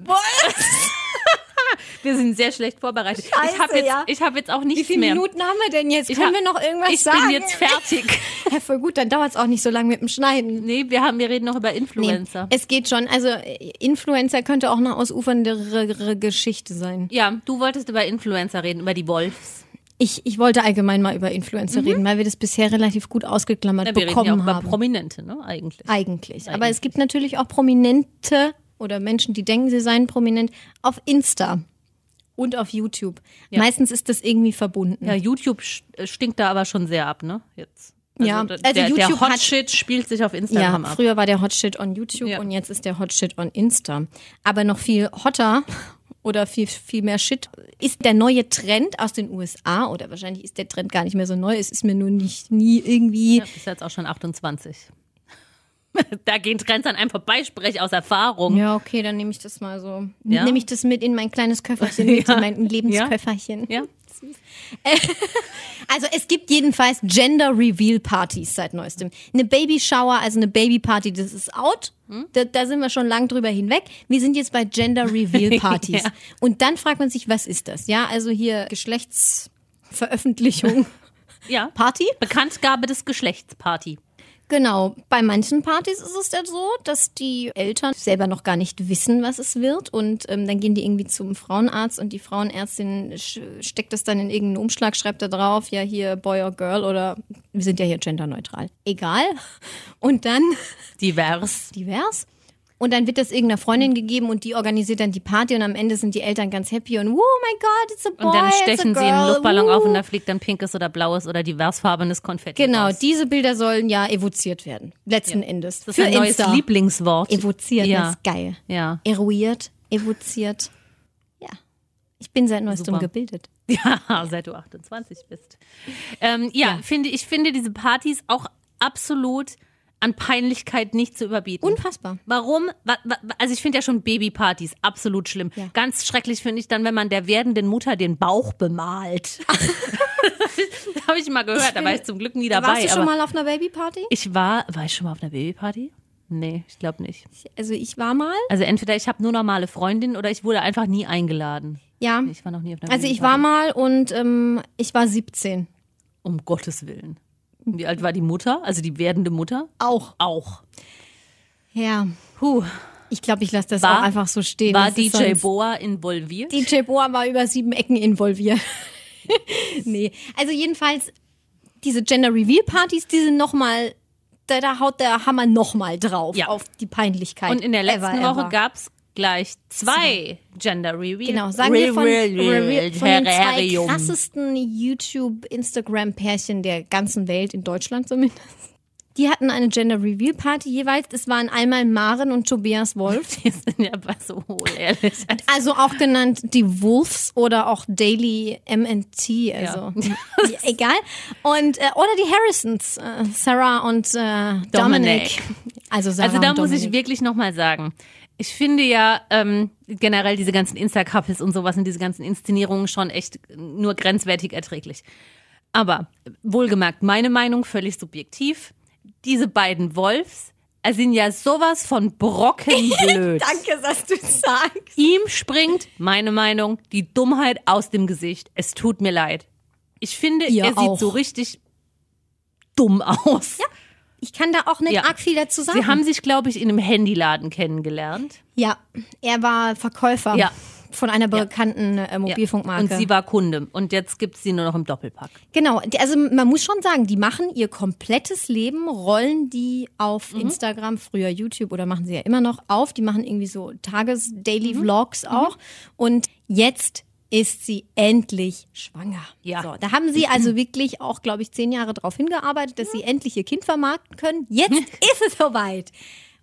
[SPEAKER 3] Wir sind sehr schlecht vorbereitet. ich
[SPEAKER 2] Scheiße,
[SPEAKER 3] habe jetzt,
[SPEAKER 2] ja.
[SPEAKER 3] ich hab jetzt auch
[SPEAKER 2] Wie
[SPEAKER 3] nichts
[SPEAKER 2] viele
[SPEAKER 3] mehr.
[SPEAKER 2] Minuten haben wir denn jetzt?
[SPEAKER 3] Ich
[SPEAKER 2] Können
[SPEAKER 3] hab-
[SPEAKER 2] wir noch irgendwas
[SPEAKER 3] ich
[SPEAKER 2] sagen?
[SPEAKER 3] bin jetzt fertig.
[SPEAKER 2] Ja, voll gut, dann dauert es auch nicht so lange mit dem Schneiden.
[SPEAKER 3] Nee, wir, haben, wir reden noch über Influencer.
[SPEAKER 2] es geht schon. Also äh, Influencer könnte auch eine ausuferndere Geschichte sein.
[SPEAKER 3] Ja, du wolltest über Influencer reden, über die Wolfs.
[SPEAKER 2] Ich, ich wollte allgemein mal über Influencer reden, weil wir das bisher relativ gut ausgeklammert
[SPEAKER 3] Ja, Mhm. wir reden
[SPEAKER 2] Äh, bekommen
[SPEAKER 3] ja auch über
[SPEAKER 2] haben.
[SPEAKER 3] Prominente, ne, eigentlich.
[SPEAKER 2] Eigentlich. Aber es gibt natürlich auch Prominente oder Menschen, die denken, sie seien prominent, auf Insta und auf YouTube. Meistens ist das irgendwie verbunden.
[SPEAKER 3] Ja, YouTube sch- äh, stinkt da aber schon sehr ab, ne, jetzt.
[SPEAKER 2] Ja,
[SPEAKER 3] der,
[SPEAKER 2] also
[SPEAKER 3] der, der
[SPEAKER 2] YouTube
[SPEAKER 3] Hot
[SPEAKER 2] hat-
[SPEAKER 3] Shit spielt sich auf
[SPEAKER 2] Ja,
[SPEAKER 3] Instagram ab.
[SPEAKER 2] früher war der Hot Shit on YouTube
[SPEAKER 3] Ja.
[SPEAKER 2] und jetzt ist der Hot Shit on Insta. Aber noch viel hotter oder viel, viel mehr Shit ist der neue Trend aus den USA oder wahrscheinlich ist der Trend gar nicht mehr so neu. Es ist mir nur nicht nie irgendwie.
[SPEAKER 3] Ja, ist jetzt auch schon 28. da gehen Trends an einem vorbei, sprech aus Erfahrung.
[SPEAKER 2] Ja, okay, dann nehme ich das mal so.
[SPEAKER 3] Hm? Ja.
[SPEAKER 2] Nehme ich das mit in mein kleines Köfferchen, mit in mein Lebensköfferchen.
[SPEAKER 3] Ja.
[SPEAKER 2] Also es gibt jedenfalls Gender Reveal Partys seit neuestem. Eine Baby Shower, also eine Baby Party, das ist out.
[SPEAKER 3] Hm?
[SPEAKER 2] Da, da sind wir schon lang drüber hinweg. Wir sind jetzt bei Gender Reveal Partys. Und dann fragt man sich, was ist das? Ja, also hier Geschlechtsveröffentlichung
[SPEAKER 3] ja.
[SPEAKER 2] Party.
[SPEAKER 3] Bekanntgabe des Geschlechts Party.
[SPEAKER 2] Genau, bei manchen Partys ist es dann so, dass die Eltern selber noch gar nicht wissen, was es wird. Und ähm, dann gehen die irgendwie zum Frauenarzt und die Frauenärztin sch- steckt das dann in irgendeinen Umschlag, schreibt da drauf, ja hier Boy or Girl oder wir sind ja hier genderneutral. Egal. Und dann
[SPEAKER 3] Divers.
[SPEAKER 2] divers. Und dann wird das irgendeiner Freundin gegeben und die organisiert dann die Party und am Ende sind die Eltern ganz happy und, oh my God, it's a boy,
[SPEAKER 3] Und dann
[SPEAKER 2] it's a
[SPEAKER 3] stechen
[SPEAKER 2] girl,
[SPEAKER 3] sie einen Luftballon
[SPEAKER 2] woo."
[SPEAKER 3] auf und da fliegt dann pinkes oder blaues oder diversfarbenes Konfetti.
[SPEAKER 2] Uh. Genau,
[SPEAKER 3] raus.
[SPEAKER 2] diese Bilder sollen ja evoziert werden, letzten Endes.
[SPEAKER 3] Das ist ein neues
[SPEAKER 2] Insta.
[SPEAKER 3] Lieblingswort.
[SPEAKER 2] Evoziert,
[SPEAKER 3] Ja.
[SPEAKER 2] das ist geil.
[SPEAKER 3] Ja.
[SPEAKER 2] Eruiert, evoziert. Ja. Ich bin seit neuestem
[SPEAKER 3] Super.
[SPEAKER 2] gebildet.
[SPEAKER 3] Ja, seit du 28 bist. Ähm, ja, Finde, ich finde diese Partys auch absolut an Peinlichkeit nicht zu überbieten.
[SPEAKER 2] Unfassbar.
[SPEAKER 3] Warum? Wa- wa- Also ich finde ja schon Babypartys absolut schlimm.
[SPEAKER 2] Ja.
[SPEAKER 3] Ganz schrecklich finde ich dann, wenn man der werdenden Mutter den Bauch bemalt. das habe ich mal gehört, da war ich zum Glück nie dabei.
[SPEAKER 2] Warst du schon
[SPEAKER 3] aber
[SPEAKER 2] mal auf einer Babyparty?
[SPEAKER 3] ich war, war ich schon mal auf einer Babyparty? Nee, ich glaube nicht.
[SPEAKER 2] Also ich war mal.
[SPEAKER 3] Also entweder ich habe nur normale Freundinnen oder ich wurde einfach nie eingeladen.
[SPEAKER 2] Ja.
[SPEAKER 3] Ich war noch nie auf einer
[SPEAKER 2] Also ich war mal und ähm, ich war 17.
[SPEAKER 3] Um Gottes Willen. Wie alt war die Mutter? Also die werdende Mutter?
[SPEAKER 2] Auch.
[SPEAKER 3] Auch.
[SPEAKER 2] Ja.
[SPEAKER 3] Puh.
[SPEAKER 2] Ich glaube, ich lasse das
[SPEAKER 3] War-
[SPEAKER 2] auch einfach so stehen.
[SPEAKER 3] War
[SPEAKER 2] Das ist
[SPEAKER 3] DJ
[SPEAKER 2] sonst-
[SPEAKER 3] Boa involviert?
[SPEAKER 2] DJ Boa war über sieben Ecken involviert. nee. Also jedenfalls, diese Gender Reveal Partys, die sind nochmal, da, da haut der Hammer nochmal drauf
[SPEAKER 3] Ja.
[SPEAKER 2] auf die Peinlichkeit.
[SPEAKER 3] Und in der letzten
[SPEAKER 2] ever,
[SPEAKER 3] Woche
[SPEAKER 2] ever.
[SPEAKER 3] gab es gleich zwei Gender Reveal.
[SPEAKER 2] Genau, sagen wir von,
[SPEAKER 3] Reveal-
[SPEAKER 2] von den zwei
[SPEAKER 3] Terrarium.
[SPEAKER 2] krassesten YouTube-Instagram-Pärchen der ganzen Welt, in Deutschland zumindest. Die hatten eine Gender Reveal Party jeweils. Es waren einmal Maren und Tobias Wolf.
[SPEAKER 3] Die sind ja aber so hohl, ehrlich.
[SPEAKER 2] Also auch genannt die Wolves oder auch Daily MNT, also ja. egal. Und äh, oder die Harrisons, äh, Sarah und äh, Dominic.
[SPEAKER 3] Dominic.
[SPEAKER 2] Also Sarah
[SPEAKER 3] Also da
[SPEAKER 2] und
[SPEAKER 3] muss
[SPEAKER 2] Dominic.
[SPEAKER 3] ich wirklich nochmal sagen, ich finde ja ähm, generell diese ganzen Insta-Couples und sowas und diese ganzen Inszenierungen schon echt nur grenzwertig erträglich. Aber äh, wohlgemerkt, meine Meinung völlig subjektiv. Diese beiden Wolfs äh, sind ja sowas von brockenblöd.
[SPEAKER 2] Danke, dass du sagst.
[SPEAKER 3] Ihm springt, meine Meinung, die Dummheit aus dem Gesicht. Es tut mir leid. Ich finde,
[SPEAKER 2] Ihr
[SPEAKER 3] er
[SPEAKER 2] auch.
[SPEAKER 3] sieht so richtig dumm aus.
[SPEAKER 2] Ich kann da auch nicht
[SPEAKER 3] Ja.
[SPEAKER 2] arg viel dazu sagen.
[SPEAKER 3] Sie haben sich, glaube ich, in einem Handyladen kennengelernt.
[SPEAKER 2] Ja, er war Verkäufer
[SPEAKER 3] Ja.
[SPEAKER 2] von einer bekannten äh,
[SPEAKER 3] Ja.
[SPEAKER 2] Mobilfunkmarke.
[SPEAKER 3] Und sie war Kunde. Und jetzt gibt es sie nur noch im Doppelpack.
[SPEAKER 2] genau, die- also man muss schon sagen, die machen ihr komplettes Leben, rollen die auf
[SPEAKER 3] Mhm.
[SPEAKER 2] Instagram, früher YouTube oder machen sie ja immer noch auf. Die machen irgendwie so
[SPEAKER 3] Mhm.
[SPEAKER 2] Tages-Daily-Vlogs auch. Und jetzt ist sie endlich schwanger.
[SPEAKER 3] Ja.
[SPEAKER 2] So, da haben sie also wirklich auch, glaube ich, zehn Jahre drauf hingearbeitet, dass sie endlich ihr Kind vermarkten können. Jetzt ist es soweit.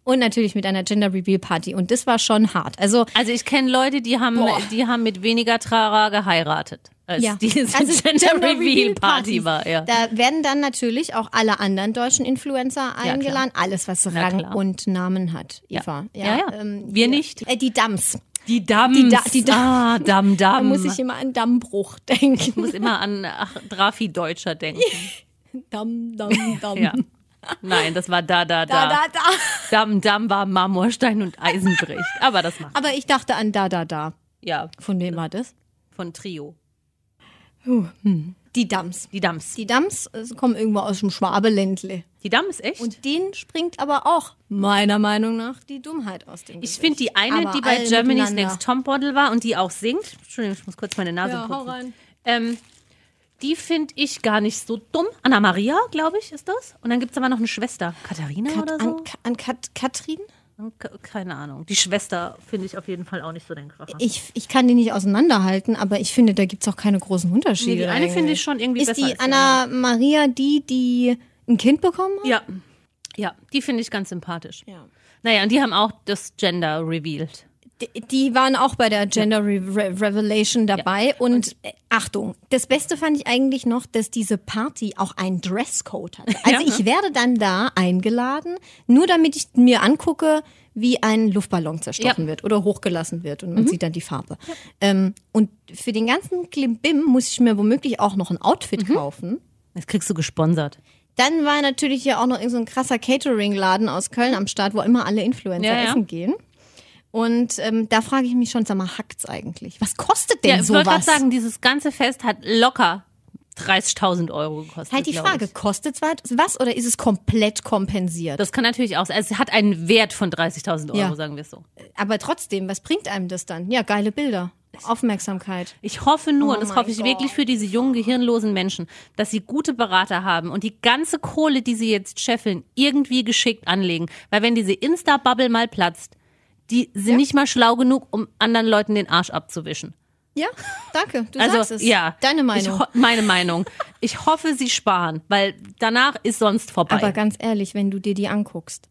[SPEAKER 2] Und natürlich mit einer Gender Reveal Party. Und das war schon hart. Also
[SPEAKER 3] Also ich kenne Leute, die haben,
[SPEAKER 2] Boah.
[SPEAKER 3] die haben mit weniger Trara geheiratet, als
[SPEAKER 2] Ja.
[SPEAKER 3] diese
[SPEAKER 2] Also
[SPEAKER 3] Gender
[SPEAKER 2] Gender
[SPEAKER 3] Reveal
[SPEAKER 2] Reveal
[SPEAKER 3] Party
[SPEAKER 2] Partys.
[SPEAKER 3] war. Ja.
[SPEAKER 2] Da werden dann natürlich auch alle anderen deutschen Influencer eingeladen. Alles, was Rang
[SPEAKER 3] klar.
[SPEAKER 2] und Namen hat, Eva.
[SPEAKER 3] Ja, ja. Wir
[SPEAKER 2] hier.
[SPEAKER 3] nicht.
[SPEAKER 2] Äh, die Dams.
[SPEAKER 3] Die Dams.
[SPEAKER 2] Die Da- die
[SPEAKER 3] ah, Dam
[SPEAKER 2] Da
[SPEAKER 3] Dam.
[SPEAKER 2] muss ich immer an Dammbruch denken.
[SPEAKER 3] muss immer an ach, Drafi Deutscher denken.
[SPEAKER 2] Damm, Damm, Damm.
[SPEAKER 3] Ja. Nein, das war da da
[SPEAKER 2] Da,
[SPEAKER 3] da.
[SPEAKER 2] da, da.
[SPEAKER 3] Dam Dam war Marmorstein und Eisenbricht. Aber das macht
[SPEAKER 2] Aber ich dachte an Da, da, da.
[SPEAKER 3] ja
[SPEAKER 2] Von wem war das?
[SPEAKER 3] von Trio.
[SPEAKER 2] Die Dams.
[SPEAKER 3] Die Dams.
[SPEAKER 2] Die Dams äh, kommen irgendwo aus dem Schwabeländle.
[SPEAKER 3] Die Dam ist echt.
[SPEAKER 2] Und denen springt aber auch, meiner Meinung nach, die Dummheit aus dem
[SPEAKER 3] Ich finde die eine,
[SPEAKER 2] Aber
[SPEAKER 3] die bei
[SPEAKER 2] alle
[SPEAKER 3] Germany's
[SPEAKER 2] miteinander.
[SPEAKER 3] Next Topmodel war und die auch singt. Entschuldigung, ich muss kurz meine Nase
[SPEAKER 2] Ja, hau
[SPEAKER 3] putzen.
[SPEAKER 2] rein.
[SPEAKER 3] Ähm, die finde ich gar nicht so dumm. Anna Maria, glaube ich, ist das. Und dann gibt es aber noch eine Schwester. Katharina
[SPEAKER 2] Kat,
[SPEAKER 3] oder so?
[SPEAKER 2] an, an Kat, Katrin?
[SPEAKER 3] Ke- Keine Ahnung. Die Schwester finde ich auf jeden Fall auch nicht so den Kracher.
[SPEAKER 2] Ich, ich kann die nicht auseinanderhalten, aber ich finde, da gibt es auch keine großen Unterschiede.
[SPEAKER 3] Nee, die eine
[SPEAKER 2] eigentlich.
[SPEAKER 3] finde ich schon irgendwie
[SPEAKER 2] Ist
[SPEAKER 3] besser
[SPEAKER 2] die
[SPEAKER 3] als die
[SPEAKER 2] Anna Maria die, die ein Kind bekommen hat?
[SPEAKER 3] Ja. Ja, die finde ich ganz sympathisch.
[SPEAKER 2] Ja.
[SPEAKER 3] Naja, und die haben auch das Gender revealed.
[SPEAKER 2] Die, die waren auch bei der Gender Re Re Revelation dabei. Und, äh, Achtung, das Beste fand ich eigentlich noch, dass diese Party auch einen Dresscode hatte. Also
[SPEAKER 3] Ja,
[SPEAKER 2] ich werde dann da eingeladen, nur damit ich mir angucke, wie ein Luftballon zerstochen
[SPEAKER 3] Ja. Mhm.
[SPEAKER 2] wird oder hochgelassen wird und man sieht dann die Farbe. Ähm, und für den ganzen Klimbim muss ich mir womöglich auch noch ein Outfit
[SPEAKER 3] Mhm.
[SPEAKER 2] kaufen.
[SPEAKER 3] Das kriegst du gesponsert.
[SPEAKER 2] Dann war natürlich ja auch noch irgend so ein krasser Catering-Laden aus Köln am Start, wo immer alle Influencer
[SPEAKER 3] Ja, ja.
[SPEAKER 2] essen gehen. Und ähm, da frage ich mich schon, sag mal, hackt's eigentlich? Was kostet denn
[SPEAKER 3] Ja, ich wollte gerade
[SPEAKER 2] sowas?
[SPEAKER 3] sagen, dieses ganze Fest hat locker 30.000 Euro gekostet.
[SPEAKER 2] halt die
[SPEAKER 3] glaub
[SPEAKER 2] Frage,
[SPEAKER 3] Ich.
[SPEAKER 2] kostet's was, was oder ist es komplett kompensiert?
[SPEAKER 3] Das kann natürlich auch sein. Es hat einen Wert von 30.000 Euro,
[SPEAKER 2] Ja.
[SPEAKER 3] sagen wir es so.
[SPEAKER 2] Aber trotzdem, was bringt einem das dann? Ja, geile Bilder, Aufmerksamkeit.
[SPEAKER 3] Ich hoffe nur,
[SPEAKER 2] Oh
[SPEAKER 3] und das
[SPEAKER 2] mein
[SPEAKER 3] hoffe ich
[SPEAKER 2] Gott.
[SPEAKER 3] wirklich für diese jungen, gehirnlosen Menschen, dass sie gute Berater haben und die ganze Kohle, die sie jetzt scheffeln, irgendwie geschickt anlegen. Weil wenn diese Insta-Bubble mal platzt, die sind nicht mal schlau genug, um anderen Leuten den Arsch abzuwischen.
[SPEAKER 2] Ja, danke, du
[SPEAKER 3] Also,
[SPEAKER 2] sagst es.
[SPEAKER 3] ja.
[SPEAKER 2] Deine
[SPEAKER 3] Ich,
[SPEAKER 2] Meinung.
[SPEAKER 3] ho- meine Meinung. Ich hoffe, sie sparen, weil danach ist sonst vorbei.
[SPEAKER 2] Aber ganz ehrlich, wenn du dir die anguckst,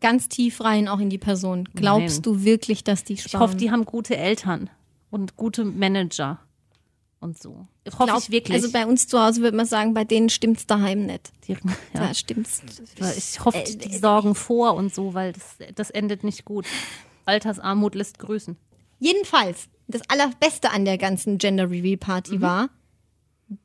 [SPEAKER 2] ganz tief rein auch in die Person, glaubst
[SPEAKER 3] Nein.
[SPEAKER 2] du wirklich, dass die
[SPEAKER 3] Ich hoffe,
[SPEAKER 2] sparen?
[SPEAKER 3] die haben gute Eltern und gute Manager und so. Ich hoffe
[SPEAKER 2] Glaub-
[SPEAKER 3] ich wirklich.
[SPEAKER 2] Also bei uns zu Hause würde man sagen, bei denen stimmt's daheim nicht.
[SPEAKER 3] Die- ja.
[SPEAKER 2] Da stimmt's.
[SPEAKER 3] Aber äh, Ich hoffe, die sorgen vor und so, weil das, das endet nicht gut. Altersarmut lässt grüßen.
[SPEAKER 2] Jedenfalls,
[SPEAKER 3] Mhm.
[SPEAKER 2] das allerbeste an der ganzen Gender Reveal Party war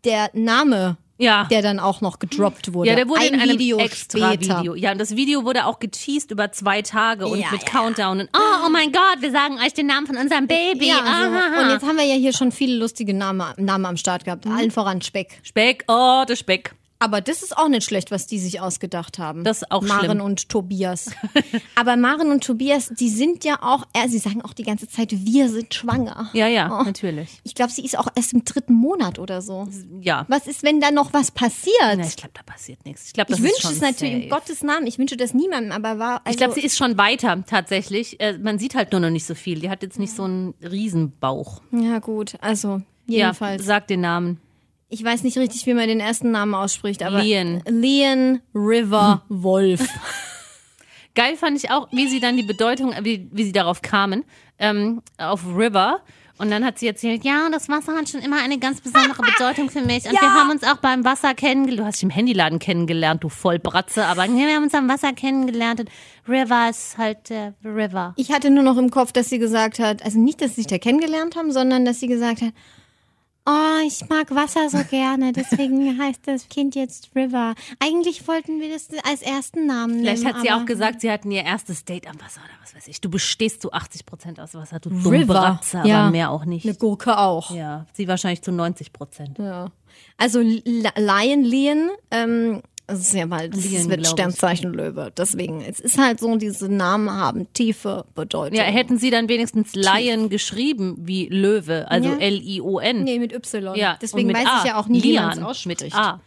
[SPEAKER 2] der Name
[SPEAKER 3] Ja.
[SPEAKER 2] der dann auch noch gedroppt wurde.
[SPEAKER 3] Ah. ja, der wurde
[SPEAKER 2] Ein
[SPEAKER 3] in einem
[SPEAKER 2] Video
[SPEAKER 3] extra
[SPEAKER 2] später.
[SPEAKER 3] Video. Ja, und das Video wurde auch geteased über zwei Tage und
[SPEAKER 2] Ja,
[SPEAKER 3] mit
[SPEAKER 2] ja.
[SPEAKER 3] Countdown und oh, oh mein Gott, wir sagen euch den Namen von unserem Baby. Ah,
[SPEAKER 2] Ja,
[SPEAKER 3] aha. Mhm.
[SPEAKER 2] so. Und jetzt haben wir ja hier schon viele lustige Namen, Namen am Start gehabt. Allen voran Speck.
[SPEAKER 3] Speck, oh, der Speck.
[SPEAKER 2] Aber das ist auch nicht schlecht, was die sich ausgedacht haben.
[SPEAKER 3] Das ist auch
[SPEAKER 2] Maren
[SPEAKER 3] schlimm.
[SPEAKER 2] und Tobias. Aber Maren und Tobias, die sind ja auch, äh, sie sagen auch die ganze Zeit, wir sind schwanger.
[SPEAKER 3] Ja, ja,
[SPEAKER 2] Oh.
[SPEAKER 3] natürlich.
[SPEAKER 2] Ich glaube, sie ist auch erst im dritten Monat oder so.
[SPEAKER 3] Ja.
[SPEAKER 2] Was ist, wenn da noch was passiert?
[SPEAKER 3] Na, ich glaube, da passiert nichts. Ich, glaub, das
[SPEAKER 2] ich
[SPEAKER 3] ist
[SPEAKER 2] wünsche
[SPEAKER 3] schon
[SPEAKER 2] es natürlich
[SPEAKER 3] safe.
[SPEAKER 2] um Gottes Namen. Ich wünsche das niemandem, aber war. Also,
[SPEAKER 3] Ich glaube, sie ist schon weiter tatsächlich. Äh, man sieht halt nur noch nicht so viel. Die hat jetzt nicht so einen Riesenbauch.
[SPEAKER 2] Ja, gut. Also, jedenfalls.
[SPEAKER 3] Ja, sag den Namen.
[SPEAKER 2] Ich weiß nicht richtig, wie man den ersten Namen ausspricht, aber.
[SPEAKER 3] Leon.
[SPEAKER 2] Leon River
[SPEAKER 3] Hm.
[SPEAKER 2] Wolf.
[SPEAKER 3] Geil fand ich auch, wie sie dann die Bedeutung, äh, wie, wie sie darauf kamen, ähm, auf River. Und dann hat sie erzählt, ja, das Wasser hat schon immer eine ganz besondere Bedeutung für mich. Und
[SPEAKER 2] Ja.
[SPEAKER 3] wir haben uns auch beim Wasser kennengelernt. Du hast dich im Handyladen kennengelernt, du Vollbratze. Aber nee, wir haben uns am Wasser kennengelernt. Und River ist halt äh, River.
[SPEAKER 2] Ich hatte nur noch im Kopf, dass sie gesagt hat, also nicht, dass sie sich da kennengelernt haben, sondern dass sie gesagt hat, oh, ich mag Wasser so gerne, deswegen heißt das Kind jetzt River. Eigentlich wollten wir das als ersten Namen nehmen.
[SPEAKER 3] Vielleicht hat sie
[SPEAKER 2] aber-
[SPEAKER 3] auch gesagt, sie hatten ihr erstes Date am Wasser oder was weiß ich. Du bestehst zu 80 Prozent aus Wasser, du dumme
[SPEAKER 2] River.
[SPEAKER 3] Bratze, aber
[SPEAKER 2] Ja.
[SPEAKER 3] mehr auch nicht.
[SPEAKER 2] Eine Gurke auch.
[SPEAKER 3] Ja, sie wahrscheinlich zu 90 Prozent.
[SPEAKER 2] Ja. Also L- Lion, Lion, ähm, das ist ja mal, das
[SPEAKER 3] Lion, glaub
[SPEAKER 2] wird
[SPEAKER 3] ich.
[SPEAKER 2] Sternzeichen Löwe. Deswegen, es ist halt so, diese Namen haben tiefe Bedeutung.
[SPEAKER 3] Ja, hätten sie dann wenigstens Lion geschrieben wie Löwe, also
[SPEAKER 2] Ja.
[SPEAKER 3] L-I-O-N.
[SPEAKER 2] Nee, mit Y.
[SPEAKER 3] Ja,
[SPEAKER 2] Deswegen
[SPEAKER 3] und mit
[SPEAKER 2] weiß
[SPEAKER 3] A.
[SPEAKER 2] ich ja auch nie, wie man es
[SPEAKER 3] Lian.
[SPEAKER 2] ausspricht.
[SPEAKER 3] Mit A.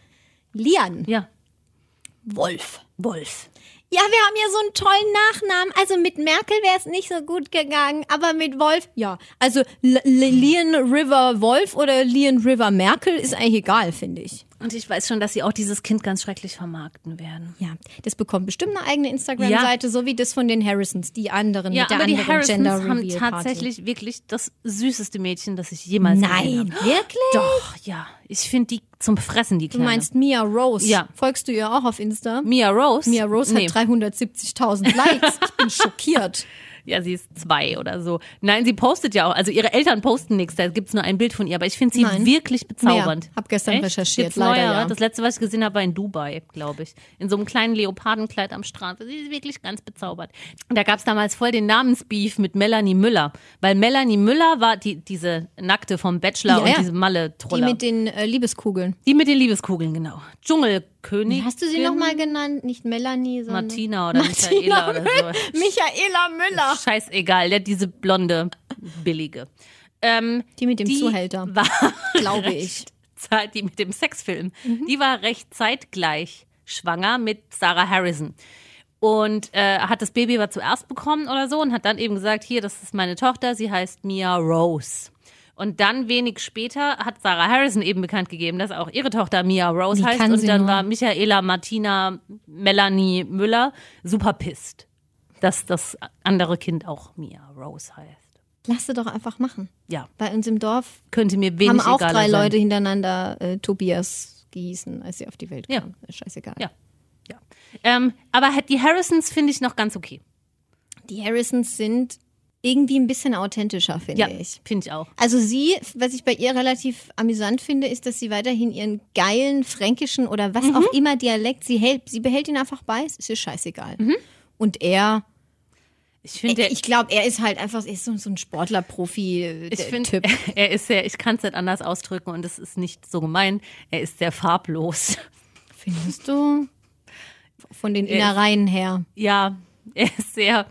[SPEAKER 2] Lian.
[SPEAKER 3] Ja,
[SPEAKER 2] Wolf.
[SPEAKER 3] Wolf.
[SPEAKER 2] Ja, wir haben ja so einen tollen Nachnamen. Also mit Merkel wäre es nicht so gut gegangen, aber mit Wolf, ja. Also L- L- Lian River Wolf oder Lian River Merkel ist eigentlich egal, finde ich.
[SPEAKER 3] Und ich weiß schon, dass sie auch dieses Kind ganz schrecklich vermarkten werden.
[SPEAKER 2] Ja, das bekommt bestimmt eine eigene Instagram-Seite, so wie das von den Harrisons, die anderen
[SPEAKER 3] Ja,
[SPEAKER 2] mit der
[SPEAKER 3] aber die
[SPEAKER 2] anderen
[SPEAKER 3] Harrisons
[SPEAKER 2] Gender
[SPEAKER 3] haben
[SPEAKER 2] Reveal
[SPEAKER 3] tatsächlich wirklich das süßeste Mädchen, das ich jemals
[SPEAKER 2] Party.
[SPEAKER 3] gesehen
[SPEAKER 2] Nein,
[SPEAKER 3] habe.
[SPEAKER 2] wirklich?
[SPEAKER 3] Doch, ja. Ich finde die zum Fressen, die
[SPEAKER 2] Du
[SPEAKER 3] Kleine.
[SPEAKER 2] meinst Mia Rose?
[SPEAKER 3] Ja.
[SPEAKER 2] Folgst du ihr auch auf Insta?
[SPEAKER 3] Mia Rose?
[SPEAKER 2] Mia Rose
[SPEAKER 3] Nee.
[SPEAKER 2] hat 370.000 Likes. Ich bin schockiert.
[SPEAKER 3] Ja, sie ist zwei oder so. Nein, sie postet ja auch. Also ihre Eltern posten nichts, da gibt's nur ein Bild von ihr. Aber ich finde sie
[SPEAKER 2] Nein.
[SPEAKER 3] wirklich bezaubernd.
[SPEAKER 2] Mehr. Hab gestern recherchiert,
[SPEAKER 3] Gibt's
[SPEAKER 2] leider, ja.
[SPEAKER 3] Das letzte, was ich gesehen habe, war in Dubai, glaube ich. In so einem kleinen Leopardenkleid am Strand. Sie ist wirklich ganz bezaubert. Und da gab's damals voll den Namensbeef mit Melanie Müller. Weil Melanie Müller war die, diese Nackte vom Bachelor
[SPEAKER 2] Ja,
[SPEAKER 3] und
[SPEAKER 2] ja.
[SPEAKER 3] diese
[SPEAKER 2] Die
[SPEAKER 3] Malle-Troller.
[SPEAKER 2] mit den äh, Liebeskugeln.
[SPEAKER 3] die mit den Liebeskugeln, genau. Dschungelkönig.
[SPEAKER 2] Hast du sie nochmal genannt? Nicht Melanie, sondern...
[SPEAKER 3] Martina oder Michaela oder so.
[SPEAKER 2] Michaela Müller.
[SPEAKER 3] Scheißegal, der diese blonde, billige. Ähm,
[SPEAKER 2] Die mit dem
[SPEAKER 3] die
[SPEAKER 2] Zuhälter,
[SPEAKER 3] War
[SPEAKER 2] glaube ich.
[SPEAKER 3] zeit- die mit dem Sexfilm.
[SPEAKER 2] Mhm.
[SPEAKER 3] Die war recht zeitgleich schwanger mit Sarah Harrison. Und äh, hat das Baby aber zuerst bekommen oder so und hat dann eben gesagt, hier, das ist meine Tochter, sie heißt Mia Rose. Und dann wenig später hat Sarah Harrison eben bekannt gegeben, dass auch ihre Tochter Mia Rose
[SPEAKER 2] Wie
[SPEAKER 3] heißt.
[SPEAKER 2] kann
[SPEAKER 3] Und
[SPEAKER 2] sie
[SPEAKER 3] dann
[SPEAKER 2] nur?
[SPEAKER 3] war Michaela Martina Melanie Müller super pisst, dass das andere Kind auch Mia Rose heißt.
[SPEAKER 2] Lass sie doch einfach machen.
[SPEAKER 3] Ja,
[SPEAKER 2] Bei uns im Dorf
[SPEAKER 3] könnte mir wenig
[SPEAKER 2] haben auch
[SPEAKER 3] egaler
[SPEAKER 2] drei
[SPEAKER 3] sein.
[SPEAKER 2] Leute hintereinander äh, Tobias gießen, als sie auf die Welt
[SPEAKER 3] Ja.
[SPEAKER 2] kamen. Scheißegal.
[SPEAKER 3] Ja. ja. Ähm, aber die Harrisons finde ich noch ganz okay.
[SPEAKER 2] Die Harrisons sind irgendwie ein bisschen authentischer, finde
[SPEAKER 3] Ja,
[SPEAKER 2] ich.
[SPEAKER 3] finde ich auch.
[SPEAKER 2] Also sie, was ich bei ihr relativ amüsant finde, ist, dass sie weiterhin ihren geilen fränkischen oder was
[SPEAKER 3] Mhm.
[SPEAKER 2] auch immer Dialekt, sie hält, sie behält ihn einfach bei, es ist ihr scheißegal.
[SPEAKER 3] Mhm.
[SPEAKER 2] Und er,
[SPEAKER 3] Ich finde,
[SPEAKER 2] ich glaube, er ist halt einfach, er ist so, so ein äh, Sportlerprofi-Typ.
[SPEAKER 3] ich finde, er ist sehr, ich kann es nicht anders ausdrücken und es ist nicht so gemein. Er ist sehr farblos.
[SPEAKER 2] Findest du? Von den
[SPEAKER 3] ist-
[SPEAKER 2] Innereien her.
[SPEAKER 3] Ja, er ist sehr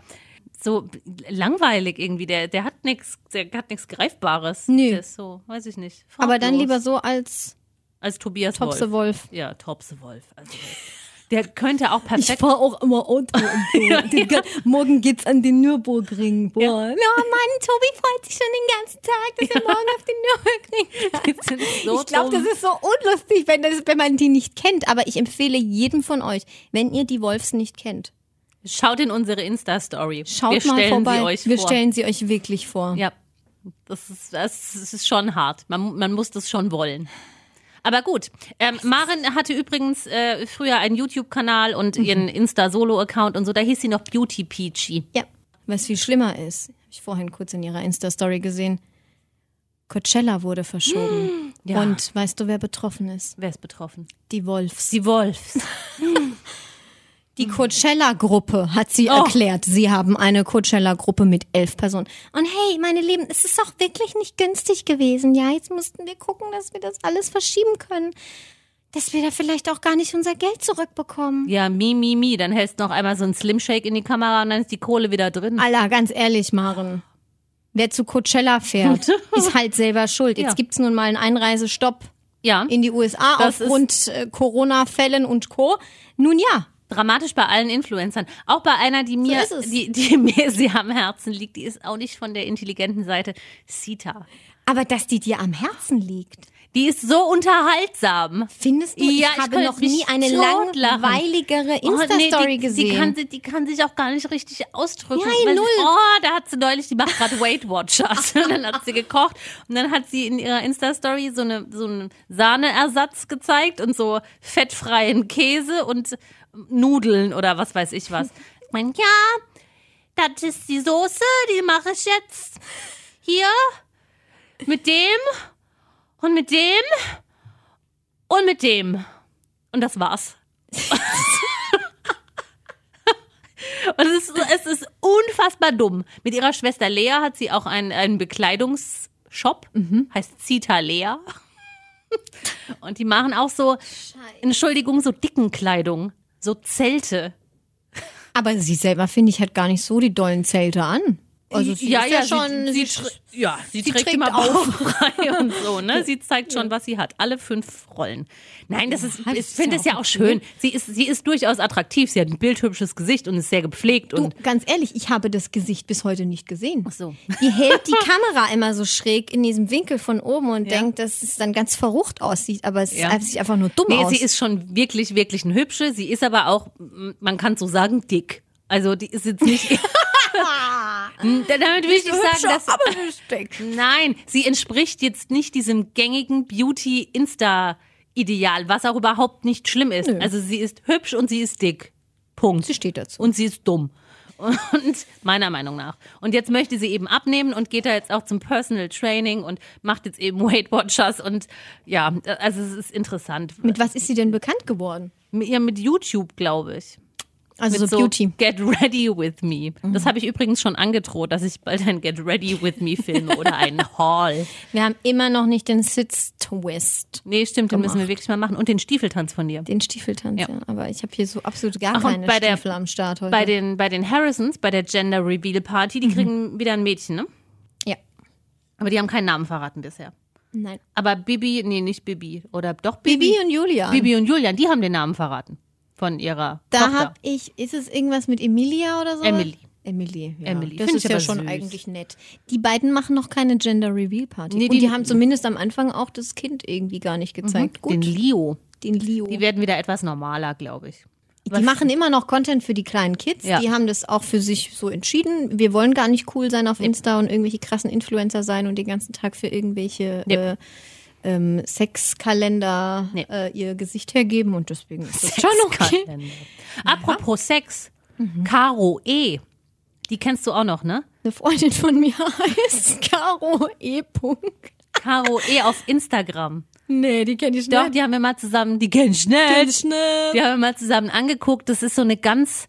[SPEAKER 3] so langweilig irgendwie. Der, der hat nichts, der hat nichts Greifbares.
[SPEAKER 2] Nö.
[SPEAKER 3] Der ist so, weiß ich nicht.
[SPEAKER 2] Aber dann
[SPEAKER 3] farblos.
[SPEAKER 2] lieber so als
[SPEAKER 3] als Tobias
[SPEAKER 2] Topse
[SPEAKER 3] Wolf.
[SPEAKER 2] Wolf.
[SPEAKER 3] Ja, Topse Wolf. Also, der könnte auch perfekt.
[SPEAKER 2] fahre auch immer Auto und so. Den gan- Morgen geht's an den Nürburgring. Boah. Ja. Mann, Tobi freut sich schon den ganzen Tag, dass er morgen auf den Nürburgring
[SPEAKER 3] Die sind so
[SPEAKER 2] ich glaube, das
[SPEAKER 3] dumm.
[SPEAKER 2] ist so unlustig, wenn, das, wenn man die nicht kennt. Aber ich empfehle jedem von euch, wenn ihr die Wolfs nicht kennt,
[SPEAKER 3] Schaut in unsere Insta-Story.
[SPEAKER 2] schaut
[SPEAKER 3] Wir
[SPEAKER 2] mal
[SPEAKER 3] stellen
[SPEAKER 2] vorbei.
[SPEAKER 3] Sie euch
[SPEAKER 2] Wir
[SPEAKER 3] vor.
[SPEAKER 2] stellen sie euch wirklich vor.
[SPEAKER 3] Ja, das ist, das ist schon hart. Man, man muss das schon wollen. Aber gut, ähm, Maren hatte übrigens äh, früher einen YouTube-Kanal und ihren Insta-Solo-Account und so. Da hieß sie noch Beauty Peachy.
[SPEAKER 2] Ja. Was viel schlimmer ist, habe ich vorhin kurz in ihrer Insta-Story gesehen, Coachella wurde verschoben.
[SPEAKER 3] Ja.
[SPEAKER 2] Und weißt du, wer betroffen ist?
[SPEAKER 3] Wer ist betroffen?
[SPEAKER 2] Die Wolfs.
[SPEAKER 3] Die Wolfs.
[SPEAKER 2] Die Coachella-Gruppe, hat sie
[SPEAKER 3] Mhm. Oh.
[SPEAKER 2] erklärt. Sie haben eine Coachella-Gruppe mit elf Personen. Und hey, meine Lieben, es ist auch wirklich nicht günstig gewesen. Ja, jetzt mussten wir gucken, dass wir das alles verschieben können. Dass wir da vielleicht auch gar nicht unser Geld zurückbekommen.
[SPEAKER 3] Ja, mi, mi, mi. Dann hältst du noch einmal so einen Slim Shake in die Kamera und dann ist die Kohle wieder drin.
[SPEAKER 2] Alla, ganz ehrlich, Maren. Wer zu Coachella fährt, ist halt selber schuld. Jetzt
[SPEAKER 3] Ja.
[SPEAKER 2] gibt's nun mal einen Einreisestopp
[SPEAKER 3] Ja.
[SPEAKER 2] in die USA
[SPEAKER 3] Das
[SPEAKER 2] aufgrund äh, Corona-Fällen und Co. Nun ja,
[SPEAKER 3] Dramatisch bei allen Influencern. Auch bei einer, die mir,
[SPEAKER 2] ist es.
[SPEAKER 3] die, die mir sehr am Herzen liegt. Die ist auch nicht von der intelligenten Seite. Sita.
[SPEAKER 2] aber dass die dir am Herzen liegt.
[SPEAKER 3] Die ist so unterhaltsam.
[SPEAKER 2] Findest du,
[SPEAKER 3] Ja,
[SPEAKER 2] ich
[SPEAKER 3] ich
[SPEAKER 2] habe
[SPEAKER 3] könnte
[SPEAKER 2] noch
[SPEAKER 3] mich
[SPEAKER 2] nie eine
[SPEAKER 3] totlachen.
[SPEAKER 2] langweiligere Insta-Story
[SPEAKER 3] Oh, die,
[SPEAKER 2] gesehen.
[SPEAKER 3] Die kann, si- die kann sich auch gar nicht richtig ausdrücken.
[SPEAKER 2] Nein,
[SPEAKER 3] Weil sie-
[SPEAKER 2] null.
[SPEAKER 3] Oh, da hat sie neulich, die macht gerade Weight Watchers. und dann hat sie gekocht. Und dann hat sie in ihrer Insta-Story so, eine, so einen Sahneersatz gezeigt und so fettfreien Käse und Nudeln oder was weiß ich was. Ich meine, ja, das ist die Soße, die mache ich jetzt hier mit dem und mit dem und mit dem. Und das war's. Und es ist, es ist unfassbar dumm. Mit ihrer Schwester Lea hat sie auch einen, einen Bekleidungsshop,
[SPEAKER 2] Mhm.
[SPEAKER 3] heißt Zita Lea. Und die machen auch so, Entschuldigung, so dicken Kleidung, so Zelte.
[SPEAKER 2] aber sie selber, finde ich, hat gar nicht so die dollen Zelte an. Also sie ist ja, schon,
[SPEAKER 3] sie,
[SPEAKER 2] sie,
[SPEAKER 3] sie, trä- ja, sie, trägt,
[SPEAKER 2] trägt
[SPEAKER 3] immer
[SPEAKER 2] auf.
[SPEAKER 3] bauchfrei und so, ne? Sie zeigt schon, was sie hat. Alle fünf Rollen. Nein, das ist,
[SPEAKER 2] Ja, das
[SPEAKER 3] ich
[SPEAKER 2] ist
[SPEAKER 3] finde
[SPEAKER 2] ja
[SPEAKER 3] es ja
[SPEAKER 2] auch
[SPEAKER 3] auch schön. Sie ist, sie ist durchaus attraktiv. Sie hat ein bildhübsches Gesicht und ist sehr gepflegt
[SPEAKER 2] Du,
[SPEAKER 3] und
[SPEAKER 2] ganz ehrlich, ich habe das Gesicht bis heute nicht gesehen.
[SPEAKER 3] so.
[SPEAKER 2] Die hält die Kamera immer so schräg in diesem Winkel von oben und denkt, dass es dann ganz verrucht aussieht, aber es
[SPEAKER 3] Ja.
[SPEAKER 2] sieht einfach nur dumm
[SPEAKER 3] Nee,
[SPEAKER 2] aus.
[SPEAKER 3] sie ist schon wirklich, wirklich eine hübsche. Sie ist aber auch, m, man kann so sagen, dick. Also die ist jetzt nicht. M, Damit will ich nicht sagen, dass. Nein, sie entspricht jetzt nicht diesem gängigen Beauty-Insta-Ideal, was auch überhaupt nicht schlimm ist. Also sie ist hübsch und sie ist dick. Punkt.
[SPEAKER 2] Sie steht dazu.
[SPEAKER 3] Und sie ist dumm. Und meiner Meinung nach. Und jetzt möchte sie eben abnehmen und geht da jetzt auch zum Personal Training und macht jetzt eben Weight Watchers und ja, also es ist interessant.
[SPEAKER 2] Mit was ist sie denn bekannt geworden?
[SPEAKER 3] Mit, ja, mit YouTube, glaube ich.
[SPEAKER 2] Also so,
[SPEAKER 3] mit so
[SPEAKER 2] Beauty. Mhm.
[SPEAKER 3] Get Ready With Me. Das habe ich übrigens schon angedroht, dass ich bald ein Get Ready With Me filme oder einen Haul.
[SPEAKER 2] Wir haben immer noch nicht den Sitz-Twist.
[SPEAKER 3] Nee, stimmt, den müssen wir wirklich mal machen. Und den Stiefeltanz von dir.
[SPEAKER 2] Den Stiefeltanz, ja. Aber ich habe hier so absolut gar
[SPEAKER 3] Ach, und
[SPEAKER 2] keine
[SPEAKER 3] bei der-
[SPEAKER 2] Stiefel am Start heute.
[SPEAKER 3] Bei den, bei den Harrisons, bei der Gender Reveal Party,
[SPEAKER 2] Mhm.
[SPEAKER 3] die kriegen wieder ein Mädchen, ne?
[SPEAKER 2] ja.
[SPEAKER 3] Aber die haben keinen Namen verraten bisher.
[SPEAKER 2] Nein.
[SPEAKER 3] Aber Bibi, nee, nicht Bibi. Oder doch Bibi.
[SPEAKER 2] Bibi und Julia.
[SPEAKER 3] Bibi und Julian, die haben den Namen verraten. Von ihrer
[SPEAKER 2] Da
[SPEAKER 3] Tochter.
[SPEAKER 2] hab ich, ist es irgendwas mit Emilia oder so?
[SPEAKER 3] Emily.
[SPEAKER 2] Emily, ja.
[SPEAKER 3] Emily.
[SPEAKER 2] Das
[SPEAKER 3] Find
[SPEAKER 2] ist
[SPEAKER 3] ich
[SPEAKER 2] ja
[SPEAKER 3] aber
[SPEAKER 2] schon
[SPEAKER 3] süß.
[SPEAKER 2] eigentlich nett. Die beiden machen noch keine Gender Reveal Party.
[SPEAKER 3] Nee,
[SPEAKER 2] und die
[SPEAKER 3] die- Mhm.
[SPEAKER 2] haben zumindest am Anfang auch das Kind irgendwie gar nicht gezeigt. Gut,
[SPEAKER 3] Den
[SPEAKER 2] den,
[SPEAKER 3] Leo.
[SPEAKER 2] Leo.
[SPEAKER 3] Die
[SPEAKER 2] Die,
[SPEAKER 3] werden wieder etwas normaler, glaube ich.
[SPEAKER 2] machen immer noch Content für die kleinen Kids.
[SPEAKER 3] Ja.
[SPEAKER 2] Die haben das auch für sich so entschieden. Wir wollen gar nicht cool sein auf Insta und irgendwelche krassen Influencer sein und den ganzen Tag für irgendwelche
[SPEAKER 3] Nee.
[SPEAKER 2] äh, ähm, Sexkalender
[SPEAKER 3] Nee.
[SPEAKER 2] äh, ihr Gesicht hergeben und deswegen ist das schon okay.
[SPEAKER 3] Sexkalender. Apropos Sex, Caro E. Die kennst du auch noch, ne?
[SPEAKER 2] Eine Freundin von mir heißt Caro E. Punkt.
[SPEAKER 3] Caro E. auf Instagram.
[SPEAKER 2] Nee, die kenne ich
[SPEAKER 3] Doch, die haben wir mal zusammen, die kennen schnell. Die haben wir mal zusammen angeguckt. Das ist so eine ganz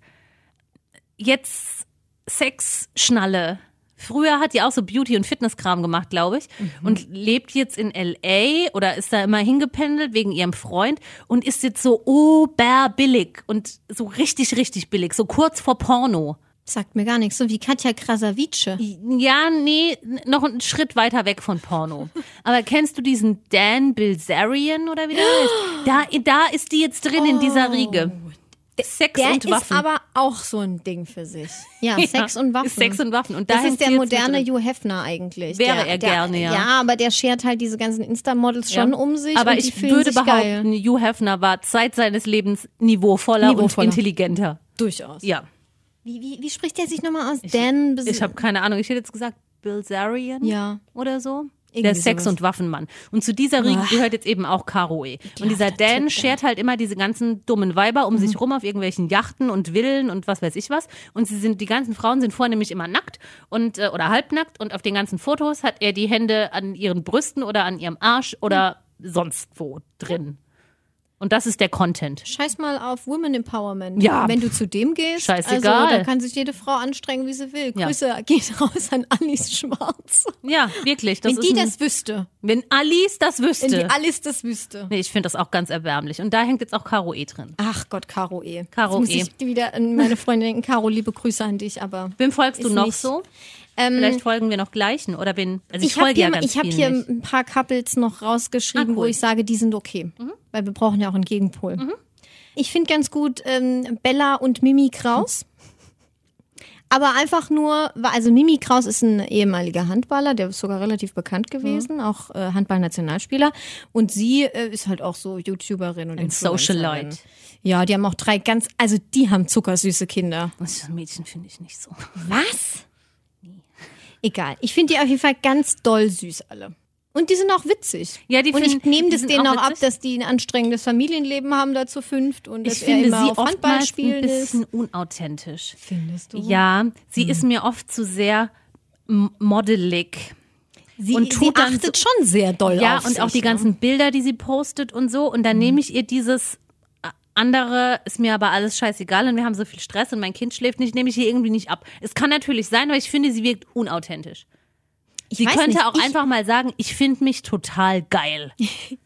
[SPEAKER 3] jetzt Sexschnalle. Früher hat die auch so Beauty- und Fitnesskram gemacht, glaube ich. Und lebt jetzt in L.A. oder ist da immer hingependelt wegen ihrem Freund und ist jetzt so oberbillig und so richtig, richtig billig. So kurz vor Porno.
[SPEAKER 2] Sagt mir gar nichts. So wie Katja Krasavice.
[SPEAKER 3] Ja, nee, n- noch einen Schritt weiter weg von Porno. Aber kennst du diesen Dan Bilzerian oder wie der heißt? Da, da ist die jetzt drin in dieser Riege. Sex
[SPEAKER 2] Oh. Der
[SPEAKER 3] und
[SPEAKER 2] ist
[SPEAKER 3] Waffen.
[SPEAKER 2] aber auch so ein Ding für sich. Ja,
[SPEAKER 3] Ja,
[SPEAKER 2] Sex und Waffen.
[SPEAKER 3] ist Sex und Waffen. Und da
[SPEAKER 2] das
[SPEAKER 3] hängt
[SPEAKER 2] ist der
[SPEAKER 3] sie jetzt mit
[SPEAKER 2] moderne
[SPEAKER 3] drin.
[SPEAKER 2] Hugh Hefner eigentlich.
[SPEAKER 3] Wäre
[SPEAKER 2] der,
[SPEAKER 3] er
[SPEAKER 2] der,
[SPEAKER 3] gerne, ja.
[SPEAKER 2] Ja, aber der schert halt diese ganzen Insta-Models schon um sich.
[SPEAKER 3] Aber
[SPEAKER 2] und die
[SPEAKER 3] ich
[SPEAKER 2] fühlen
[SPEAKER 3] würde
[SPEAKER 2] sich geil.
[SPEAKER 3] behaupten, Hugh Hefner war Zeit seines Lebens niveauvoller,
[SPEAKER 2] Niveauvoller.
[SPEAKER 3] und intelligenter.
[SPEAKER 2] Durchaus.
[SPEAKER 3] Ja.
[SPEAKER 2] Wie, wie, wie spricht der sich nochmal aus? Dan
[SPEAKER 3] Ich habe keine Ahnung. Ich hätte jetzt gesagt Bilzerian
[SPEAKER 2] Ja.
[SPEAKER 3] oder so.
[SPEAKER 2] Irgendwie
[SPEAKER 3] der Sex-
[SPEAKER 2] sowas.
[SPEAKER 3] und Waffenmann. Und zu dieser Riege gehört jetzt eben auch Karo E. Und dieser Dan schert halt immer diese ganzen dummen Weiber um
[SPEAKER 2] Mhm.
[SPEAKER 3] sich rum auf irgendwelchen Yachten und Villen und was weiß ich was. Und sie sind, die ganzen Frauen sind vornehmlich immer nackt und äh, oder halbnackt und auf den ganzen Fotos hat er die Hände an ihren Brüsten oder an ihrem Arsch oder
[SPEAKER 2] Mhm.
[SPEAKER 3] sonst wo drin. Und das ist der Content.
[SPEAKER 2] Scheiß mal auf Women Empowerment.
[SPEAKER 3] Ja.
[SPEAKER 2] Wenn du zu dem gehst,
[SPEAKER 3] Scheißegal.
[SPEAKER 2] Also, da kann sich jede Frau anstrengen, wie sie will.
[SPEAKER 3] Ja.
[SPEAKER 2] Grüße geht raus an Alice Schwarz.
[SPEAKER 3] Ja, wirklich. Das
[SPEAKER 2] wenn
[SPEAKER 3] ist
[SPEAKER 2] die
[SPEAKER 3] ein,
[SPEAKER 2] das wüsste,
[SPEAKER 3] wenn Alice das
[SPEAKER 2] wenn die
[SPEAKER 3] wüsste.
[SPEAKER 2] Alice das wüsste.
[SPEAKER 3] nee, ich finde das auch ganz erbärmlich. Und da hängt jetzt auch Karo E drin.
[SPEAKER 2] Ach Gott, Caro E.
[SPEAKER 3] Caro
[SPEAKER 2] Jetzt
[SPEAKER 3] E.
[SPEAKER 2] muss ich wieder an meine Freundin denken. Caro, liebe Grüße an dich, aber
[SPEAKER 3] Wem folgst du
[SPEAKER 2] Ist
[SPEAKER 3] noch
[SPEAKER 2] nicht-
[SPEAKER 3] so?
[SPEAKER 2] Ähm,
[SPEAKER 3] Vielleicht folgen wir noch gleichen. Oder wen? Also ich,
[SPEAKER 2] ich habe
[SPEAKER 3] folge ja
[SPEAKER 2] hier, mal-
[SPEAKER 3] ganz
[SPEAKER 2] ich hab
[SPEAKER 3] vielen
[SPEAKER 2] hier
[SPEAKER 3] nicht.
[SPEAKER 2] ein paar Couples noch rausgeschrieben,
[SPEAKER 3] Ah, cool. Mhm.
[SPEAKER 2] wo ich sage, die sind okay. Weil wir brauchen ja auch einen Gegenpol. Ich finde ganz gut ähm, Bella und Mimi Kraus. Aber einfach nur, weil- also Mimi Kraus ist ein ehemaliger Handballer, der ist sogar relativ bekannt
[SPEAKER 3] Mhm.
[SPEAKER 2] gewesen, auch äh, Handballnationalspieler. Und sie äh, ist halt auch so YouTuberin und Influencerin.
[SPEAKER 3] Socialite.
[SPEAKER 2] Ja, die haben auch drei ganz, also die haben zuckersüße Kinder.
[SPEAKER 3] Das Mädchen finde ich nicht so.
[SPEAKER 2] Was? Egal. Ich finde die auf jeden Fall ganz doll süß alle. Und die sind auch witzig.
[SPEAKER 3] Ja, die
[SPEAKER 2] und ich
[SPEAKER 3] finden-
[SPEAKER 2] nehme
[SPEAKER 3] die
[SPEAKER 2] das
[SPEAKER 3] sind
[SPEAKER 2] denen
[SPEAKER 3] auch
[SPEAKER 2] auch ab,
[SPEAKER 3] witzig.
[SPEAKER 2] dass die ein anstrengendes Familienleben haben da zu fünft und dass
[SPEAKER 3] Ich finde
[SPEAKER 2] er immer
[SPEAKER 3] sie
[SPEAKER 2] auf Handball
[SPEAKER 3] oftmals ein
[SPEAKER 2] spielen ist.
[SPEAKER 3] bisschen unauthentisch.
[SPEAKER 2] Findest du? Hm.
[SPEAKER 3] Ja, sie ist mir oft zu sehr m- modelig.
[SPEAKER 2] Sie,
[SPEAKER 3] Und
[SPEAKER 2] sie
[SPEAKER 3] tut dann
[SPEAKER 2] achtet schon sehr doll
[SPEAKER 3] Ja,
[SPEAKER 2] auf Hm.
[SPEAKER 3] und
[SPEAKER 2] sich,
[SPEAKER 3] auch die
[SPEAKER 2] ne?
[SPEAKER 3] ganzen Bilder, die sie postet und so. Und dann nehme ich ihr dieses äh, andere, ist mir aber alles scheißegal und wir haben so viel Stress und mein Kind schläft nicht, nehme ich ihr irgendwie nicht ab. Es kann natürlich sein, weil ich finde, sie wirkt unauthentisch.
[SPEAKER 2] Ich
[SPEAKER 3] Sie
[SPEAKER 2] weiß
[SPEAKER 3] könnte
[SPEAKER 2] nicht,
[SPEAKER 3] auch
[SPEAKER 2] ich,
[SPEAKER 3] einfach mal sagen, ich finde mich total geil.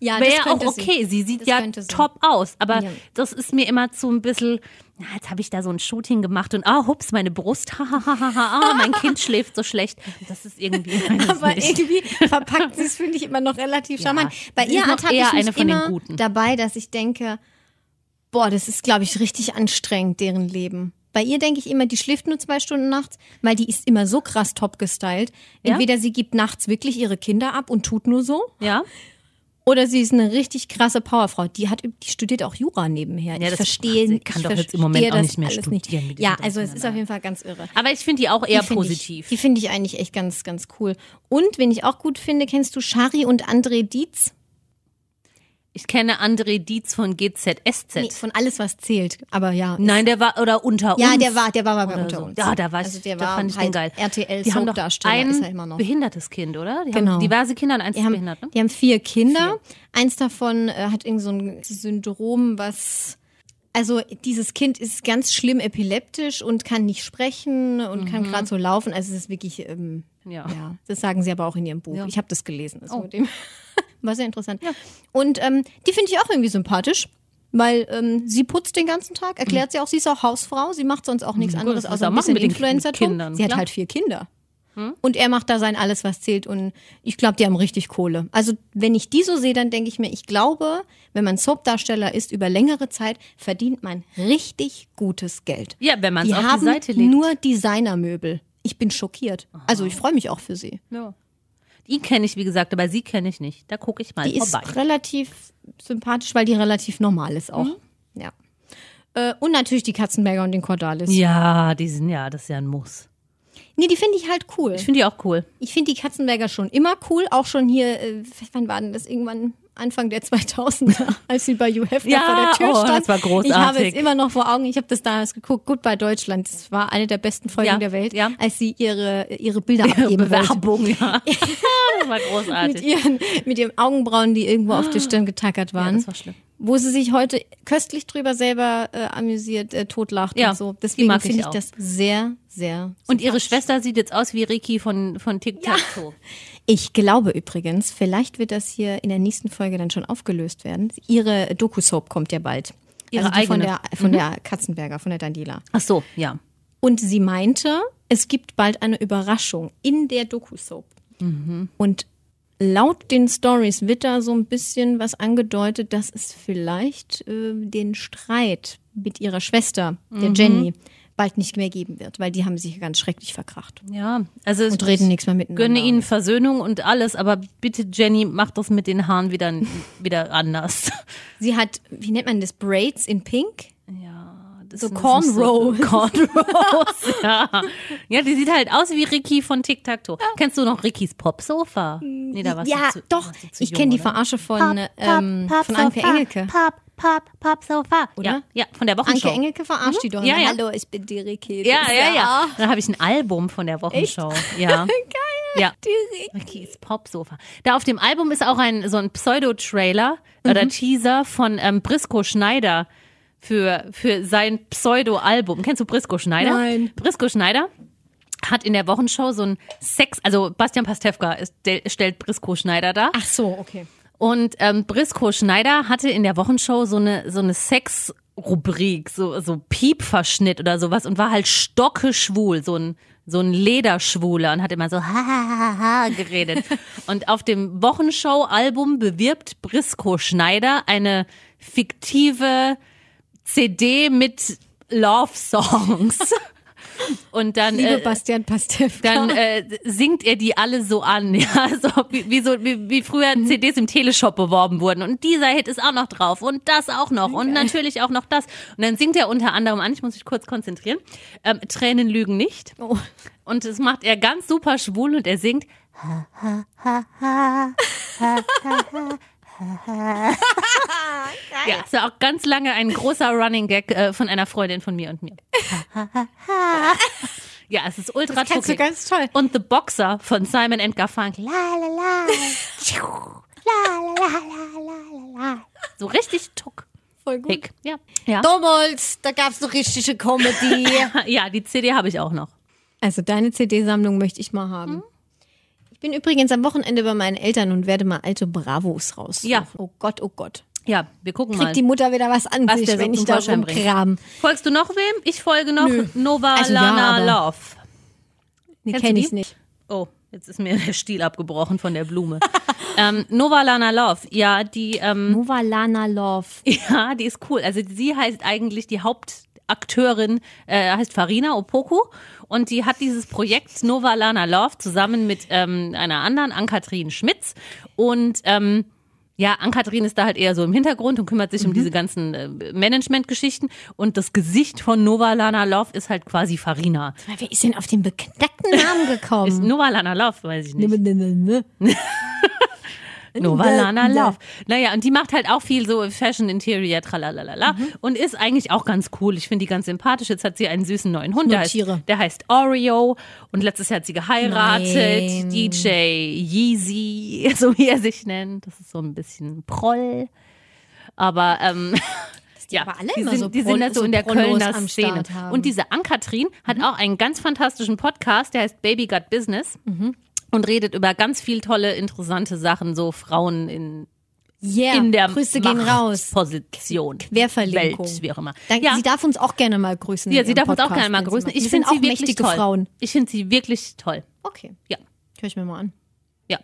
[SPEAKER 2] ja, das
[SPEAKER 3] Wäre auch
[SPEAKER 2] könnte sie.
[SPEAKER 3] okay. Sie, sieht
[SPEAKER 2] Das
[SPEAKER 3] ja
[SPEAKER 2] könnte sie.
[SPEAKER 3] top aus. Aber
[SPEAKER 2] Ja.
[SPEAKER 3] das ist mir immer zu ein bisschen, na, jetzt habe ich da so ein Shooting gemacht und ah, hups, meine Brust, ha, ha, ha, ha, ha, ah, mein Kind schläft so schlecht. Das ist irgendwie. weiß ich
[SPEAKER 2] Aber
[SPEAKER 3] nicht.
[SPEAKER 2] irgendwie verpackt sie es, finde ich, immer noch relativ charmant. Bei
[SPEAKER 3] sie
[SPEAKER 2] ihr
[SPEAKER 3] ist noch
[SPEAKER 2] ertappe
[SPEAKER 3] eher
[SPEAKER 2] ich mich
[SPEAKER 3] eine von den
[SPEAKER 2] immer
[SPEAKER 3] Guten.
[SPEAKER 2] dabei, dass ich denke, boah, das ist, glaube ich, richtig anstrengend, deren Leben. Bei ihr denke ich immer, die schläft nur zwei Stunden nachts, weil die ist immer so krass top gestylt.
[SPEAKER 3] Ja?
[SPEAKER 2] Entweder sie gibt nachts wirklich ihre Kinder ab und tut nur so,
[SPEAKER 3] Ja,
[SPEAKER 2] oder sie ist eine richtig krasse Powerfrau. Die hat, die studiert auch Jura nebenher.
[SPEAKER 3] Ja,
[SPEAKER 2] ich
[SPEAKER 3] das-
[SPEAKER 2] verstehe,
[SPEAKER 3] sie kann
[SPEAKER 2] ich
[SPEAKER 3] doch jetzt
[SPEAKER 2] verstehe
[SPEAKER 3] im Moment auch
[SPEAKER 2] das
[SPEAKER 3] nicht mehr
[SPEAKER 2] alles
[SPEAKER 3] studieren mit
[SPEAKER 2] Ja,
[SPEAKER 3] diesem
[SPEAKER 2] also es ist auf jeden Fall ganz irre.
[SPEAKER 3] aber ich finde die auch eher
[SPEAKER 2] Die find Ich,
[SPEAKER 3] positiv.
[SPEAKER 2] die finde ich eigentlich echt ganz, ganz cool. Und wen ich auch gut finde, kennst du Shari und André Dietz?
[SPEAKER 3] Ich kenne André Dietz von GZSZ.
[SPEAKER 2] Nee, von alles, was zählt. Aber ja. ist-
[SPEAKER 3] Nein, der war oder unter uns.
[SPEAKER 2] ja, der war, der war mal bei
[SPEAKER 3] oder
[SPEAKER 2] unter
[SPEAKER 3] so.
[SPEAKER 2] uns.
[SPEAKER 3] Ja, da war ich,
[SPEAKER 2] also der
[SPEAKER 3] da
[SPEAKER 2] war
[SPEAKER 3] fand ich
[SPEAKER 2] halt
[SPEAKER 3] den geil.
[SPEAKER 2] RTL
[SPEAKER 3] die haben doch
[SPEAKER 2] Soapdarsteller
[SPEAKER 3] ein
[SPEAKER 2] ist er immer noch.
[SPEAKER 3] behindertes Kind, oder? Die
[SPEAKER 2] Genau.
[SPEAKER 3] haben diverse Kinder und eins
[SPEAKER 2] Die
[SPEAKER 3] ist
[SPEAKER 2] haben,
[SPEAKER 3] behindert, ne?
[SPEAKER 2] die haben vier Kinder. Eins davon äh, hat irgend so ein Syndrom, was also dieses Kind ist ganz schlimm epileptisch und kann nicht sprechen und kann gerade so laufen. Also es ist wirklich ähm,
[SPEAKER 3] Mhm. Ja.
[SPEAKER 2] Ja, das sagen sie aber auch in ihrem Buch.
[SPEAKER 3] Ja. Oh.
[SPEAKER 2] Ich habe das gelesen. Also mit dem war sehr interessant. Und ähm, die finde ich auch irgendwie sympathisch. Weil ähm, sie putzt den ganzen Tag, erklärt sie auch, sie ist auch Hausfrau, sie macht sonst auch nichts
[SPEAKER 3] Gut,
[SPEAKER 2] anderes
[SPEAKER 3] das muss
[SPEAKER 2] außer
[SPEAKER 3] er
[SPEAKER 2] ein
[SPEAKER 3] Mhm. machen
[SPEAKER 2] bisschen
[SPEAKER 3] mit den
[SPEAKER 2] Influencertum.
[SPEAKER 3] Kindern,
[SPEAKER 2] Sie hat
[SPEAKER 3] klar.
[SPEAKER 2] halt vier Kinder. Und er macht da sein alles, was zählt. Und ich glaube, die haben richtig Kohle. Also wenn ich die so sehe, dann denke ich mir, ich glaube, wenn man Soapdarsteller ist über längere Zeit, verdient man richtig gutes Geld.
[SPEAKER 3] Ja, wenn man's
[SPEAKER 2] Die
[SPEAKER 3] auf die
[SPEAKER 2] haben
[SPEAKER 3] Seite legt.
[SPEAKER 2] nur Designermöbel. Ich bin schockiert. Also ich freue mich auch für sie.
[SPEAKER 3] Ja. Die kenne ich, wie gesagt, aber sie kenne ich nicht. Da gucke ich mal
[SPEAKER 2] Die ist
[SPEAKER 3] vorbei.
[SPEAKER 2] relativ sympathisch, weil die relativ normal ist
[SPEAKER 3] Mhm.
[SPEAKER 2] auch. Ja. Äh, Und natürlich die Katzenberger und den Cordalis.
[SPEAKER 3] ja, die sind ja, das ist ja ein Muss.
[SPEAKER 2] Nee, die finde ich halt cool.
[SPEAKER 3] Ich finde die auch cool.
[SPEAKER 2] Ich finde die Katzenberger schon immer cool, auch schon hier, äh, wann war denn das? Irgendwann Anfang der 2000er, als sie bei You Have
[SPEAKER 3] Ja,
[SPEAKER 2] vor der Tür
[SPEAKER 3] oh,
[SPEAKER 2] stand.
[SPEAKER 3] das war großartig.
[SPEAKER 2] Ich habe es immer noch vor Augen. Ich habe das damals geguckt. Goodbye Deutschland. Das war eine der besten Folgen
[SPEAKER 3] Ja,
[SPEAKER 2] der Welt,
[SPEAKER 3] ja.
[SPEAKER 2] als sie ihre, ihre Bilder abgeben wollte.
[SPEAKER 3] Bewerbung, ja. das war
[SPEAKER 2] Mit
[SPEAKER 3] großartig.
[SPEAKER 2] ihren, mit ihren Augenbrauen, die irgendwo auf die Stirn getackert
[SPEAKER 3] Ja,
[SPEAKER 2] waren.
[SPEAKER 3] das war schlimm.
[SPEAKER 2] wo sie sich heute köstlich drüber selber äh, amüsiert, äh, totlacht
[SPEAKER 3] Ja,
[SPEAKER 2] und so.
[SPEAKER 3] die
[SPEAKER 2] Deswegen
[SPEAKER 3] mag ich
[SPEAKER 2] finde ich
[SPEAKER 3] auch.
[SPEAKER 2] das sehr, sehr.
[SPEAKER 3] Und ihre Schwester sieht jetzt aus wie Ricky von, von Tic Tac Toe.
[SPEAKER 2] Ich glaube übrigens, vielleicht wird das hier in der nächsten Folge dann schon aufgelöst werden. Ihre Doku-Soap kommt ja bald.
[SPEAKER 3] Ihre
[SPEAKER 2] also die von
[SPEAKER 3] eigene. Mhm.
[SPEAKER 2] der von der Katzenberger, von der Daniela.
[SPEAKER 3] Ach so, ja.
[SPEAKER 2] Und sie meinte, es gibt bald eine Überraschung in der Doku-Soap.
[SPEAKER 3] Mhm.
[SPEAKER 2] Und laut den Stories wird da so ein bisschen was angedeutet, dass es vielleicht äh, den Streit mit ihrer Schwester,
[SPEAKER 3] Mhm.
[SPEAKER 2] der Jenny, bald nicht mehr geben wird, weil die haben sich ganz schrecklich verkracht.
[SPEAKER 3] Ja, also es
[SPEAKER 2] Und reden nichts mehr miteinander.
[SPEAKER 3] gönne ihnen Versöhnung und alles, aber bitte Jenny, mach das mit den Haaren wieder, wieder anders.
[SPEAKER 2] Sie hat, wie nennt man das, Braids in Pink?
[SPEAKER 3] Ja, das
[SPEAKER 2] So
[SPEAKER 3] sind- das
[SPEAKER 2] Cornrow.
[SPEAKER 3] sind so Cornrows, ja. Ja, die sieht halt aus wie Ricky von Tic Tac Toe. Kennst du noch Rickys Popsofa? Nee, da warst
[SPEAKER 2] ja,
[SPEAKER 3] du zu,
[SPEAKER 2] doch.
[SPEAKER 3] warst du zu
[SPEAKER 2] ich
[SPEAKER 3] jung,
[SPEAKER 2] kenne die
[SPEAKER 3] oder? ähm,
[SPEAKER 2] Verarsche von, ähm, von Anke Engelke.
[SPEAKER 4] Pop,
[SPEAKER 3] Pop, Pop, Sofa.
[SPEAKER 2] Oder?
[SPEAKER 3] Ja, ja von der Wochenshow.
[SPEAKER 2] Anke Engelke verarscht die doch.
[SPEAKER 3] Mhm. Ja,
[SPEAKER 2] immer.
[SPEAKER 3] ja.
[SPEAKER 2] Hallo, ich bin die Rakete.
[SPEAKER 3] Ja, ja, ja. Dann habe ich ein Album von der Wochenshow. Ja. Geil. Ja.
[SPEAKER 2] Die
[SPEAKER 3] Okay, ist Popsofa. Da auf dem Album ist auch ein so ein Pseudo-Trailer oder Teaser von ähm, Brisco Schneider für, für sein Pseudo-Album. Kennst du Brisco Schneider?
[SPEAKER 2] Nein.
[SPEAKER 3] Brisco Schneider hat in der Wochenshow so ein Sex, also Bastian Pastewka ist, der, stellt Brisco Schneider dar.
[SPEAKER 2] Ach so, okay.
[SPEAKER 3] Und ähm, Brisco Schneider hatte in der Wochenshow so eine, so eine Sex-Rubrik, so, so Piepverschnitt oder sowas und war halt stockeschwul, so ein, so ein Lederschwuler und hat immer so ha, ha, ha, ha geredet. und auf dem Wochenshow-Album bewirbt Brisco Schneider eine fiktive CD mit Love-Songs. Und dann
[SPEAKER 2] Liebe
[SPEAKER 3] äh,
[SPEAKER 2] Bastian Pastewka.
[SPEAKER 3] dann äh, singt er die alle so an, ja, so wie, wie so wie, wie früher CDs im Teleshop beworben wurden und dieser Hit ist auch noch drauf und das auch noch und natürlich auch noch das und dann singt er unter anderem an, ich muss mich kurz konzentrieren, ähm, Tränen lügen nicht
[SPEAKER 2] oh.
[SPEAKER 3] und das macht er ganz super schwul und er singt Ja, es war auch ganz lange ein großer Running Gag äh, von einer Freundin von mir und mir. Ja, es ist ultra
[SPEAKER 2] Kannst du
[SPEAKER 3] tuckig.
[SPEAKER 2] ganz toll.
[SPEAKER 3] Und The Boxer von Simon and Garfunkel. La la la. la la la la la. So richtig tuck.
[SPEAKER 2] Voll gut.
[SPEAKER 3] Pick. Ja. Ja.
[SPEAKER 4] Damals, da gab's noch richtige Comedy.
[SPEAKER 3] ja, die CD habe ich auch noch.
[SPEAKER 2] Also deine CD-Sammlung möchte ich mal haben. Mhm. Ich bin übrigens am Wochenende bei meinen Eltern und werde mal alte Bravos raus.
[SPEAKER 3] Ja.
[SPEAKER 2] Oh Gott, oh Gott.
[SPEAKER 3] Ja, wir gucken
[SPEAKER 2] Kriegt
[SPEAKER 3] mal.
[SPEAKER 2] die Mutter wieder was an
[SPEAKER 3] Was
[SPEAKER 2] sich,
[SPEAKER 3] der so
[SPEAKER 2] wenn ich
[SPEAKER 3] zum
[SPEAKER 2] da
[SPEAKER 3] Vorschein bringt.
[SPEAKER 2] rumkram.
[SPEAKER 3] Folgst du noch wem? Ich folge noch Nova
[SPEAKER 2] Also ja,
[SPEAKER 3] Lana
[SPEAKER 2] aber-
[SPEAKER 3] Love.
[SPEAKER 2] Nee,
[SPEAKER 3] Kennst du
[SPEAKER 2] kenn ich
[SPEAKER 3] die?
[SPEAKER 2] nicht.
[SPEAKER 3] Oh, jetzt ist mir der Stiel abgebrochen von der Blume. ähm, Nova Lana Love, ja, die, ähm,
[SPEAKER 2] Nova Lana Love.
[SPEAKER 3] ja, die ist cool. Also sie heißt eigentlich die Hauptakteurin, äh, heißt Farina Opoku und die hat dieses Projekt Nova Lana Love zusammen mit ähm, einer anderen, Ann-Kathrin Schmitz und ähm, ja, Ann-Kathrin ist da halt eher so im Hintergrund und kümmert sich um diese ganzen äh, Management-Geschichten. Und das Gesicht von Nova Lana Love ist halt quasi Farina.
[SPEAKER 2] Wer ist denn auf den beknackten Namen gekommen?
[SPEAKER 3] Nova Lana Love, weiß ich nicht.
[SPEAKER 2] ne, Nö,
[SPEAKER 3] Novalana
[SPEAKER 2] Ja.
[SPEAKER 3] Love. Naja, und die macht halt auch viel so Fashion Interior, tralalala.
[SPEAKER 2] Mhm.
[SPEAKER 3] Und ist eigentlich auch ganz cool. Ich finde die ganz sympathisch. Jetzt hat sie einen süßen neuen Hund. Der heißt,
[SPEAKER 2] Notiere.
[SPEAKER 3] der heißt Oreo. Und letztes Jahr hat sie geheiratet.
[SPEAKER 2] Nein.
[SPEAKER 3] DJ Yeezy, so wie er sich nennt. Das ist so ein bisschen Proll. Aber, ähm, ja,
[SPEAKER 2] aber alle
[SPEAKER 3] die
[SPEAKER 2] immer
[SPEAKER 3] sind,
[SPEAKER 2] so
[SPEAKER 3] die sind
[SPEAKER 2] Proll-
[SPEAKER 3] da so
[SPEAKER 2] so
[SPEAKER 3] in der
[SPEAKER 2] Prollos
[SPEAKER 3] Kölner
[SPEAKER 2] am
[SPEAKER 3] Szene.
[SPEAKER 2] Start haben. Mhm.
[SPEAKER 3] Und diese Ann-Kathrin hat auch einen ganz fantastischen Podcast, der heißt Baby Got Business
[SPEAKER 2] Mhm.
[SPEAKER 3] und redet über ganz viel tolle, interessante Sachen, so Frauen in,
[SPEAKER 2] Yeah.
[SPEAKER 3] in der
[SPEAKER 2] Grüße gehen raus.
[SPEAKER 3] Position.
[SPEAKER 2] Querverlinkung.
[SPEAKER 3] Welt, wie auch immer.
[SPEAKER 2] Dann,
[SPEAKER 3] ja.
[SPEAKER 2] Sie darf uns auch gerne mal grüßen.
[SPEAKER 3] ja,
[SPEAKER 2] in
[SPEAKER 3] sie
[SPEAKER 2] ihrem
[SPEAKER 3] darf uns auch
[SPEAKER 2] Podcast,
[SPEAKER 3] gerne mal
[SPEAKER 2] wenn sie
[SPEAKER 3] grüßen.
[SPEAKER 2] mag.
[SPEAKER 3] Ich
[SPEAKER 2] Wir sind
[SPEAKER 3] finde sie
[SPEAKER 2] auch
[SPEAKER 3] wirklich
[SPEAKER 2] mächtige
[SPEAKER 3] toll.
[SPEAKER 2] Frauen.
[SPEAKER 3] Ich finde sie wirklich toll.
[SPEAKER 2] Okay.
[SPEAKER 3] Ja.
[SPEAKER 2] Hör ich mir mal an.
[SPEAKER 3] Ja.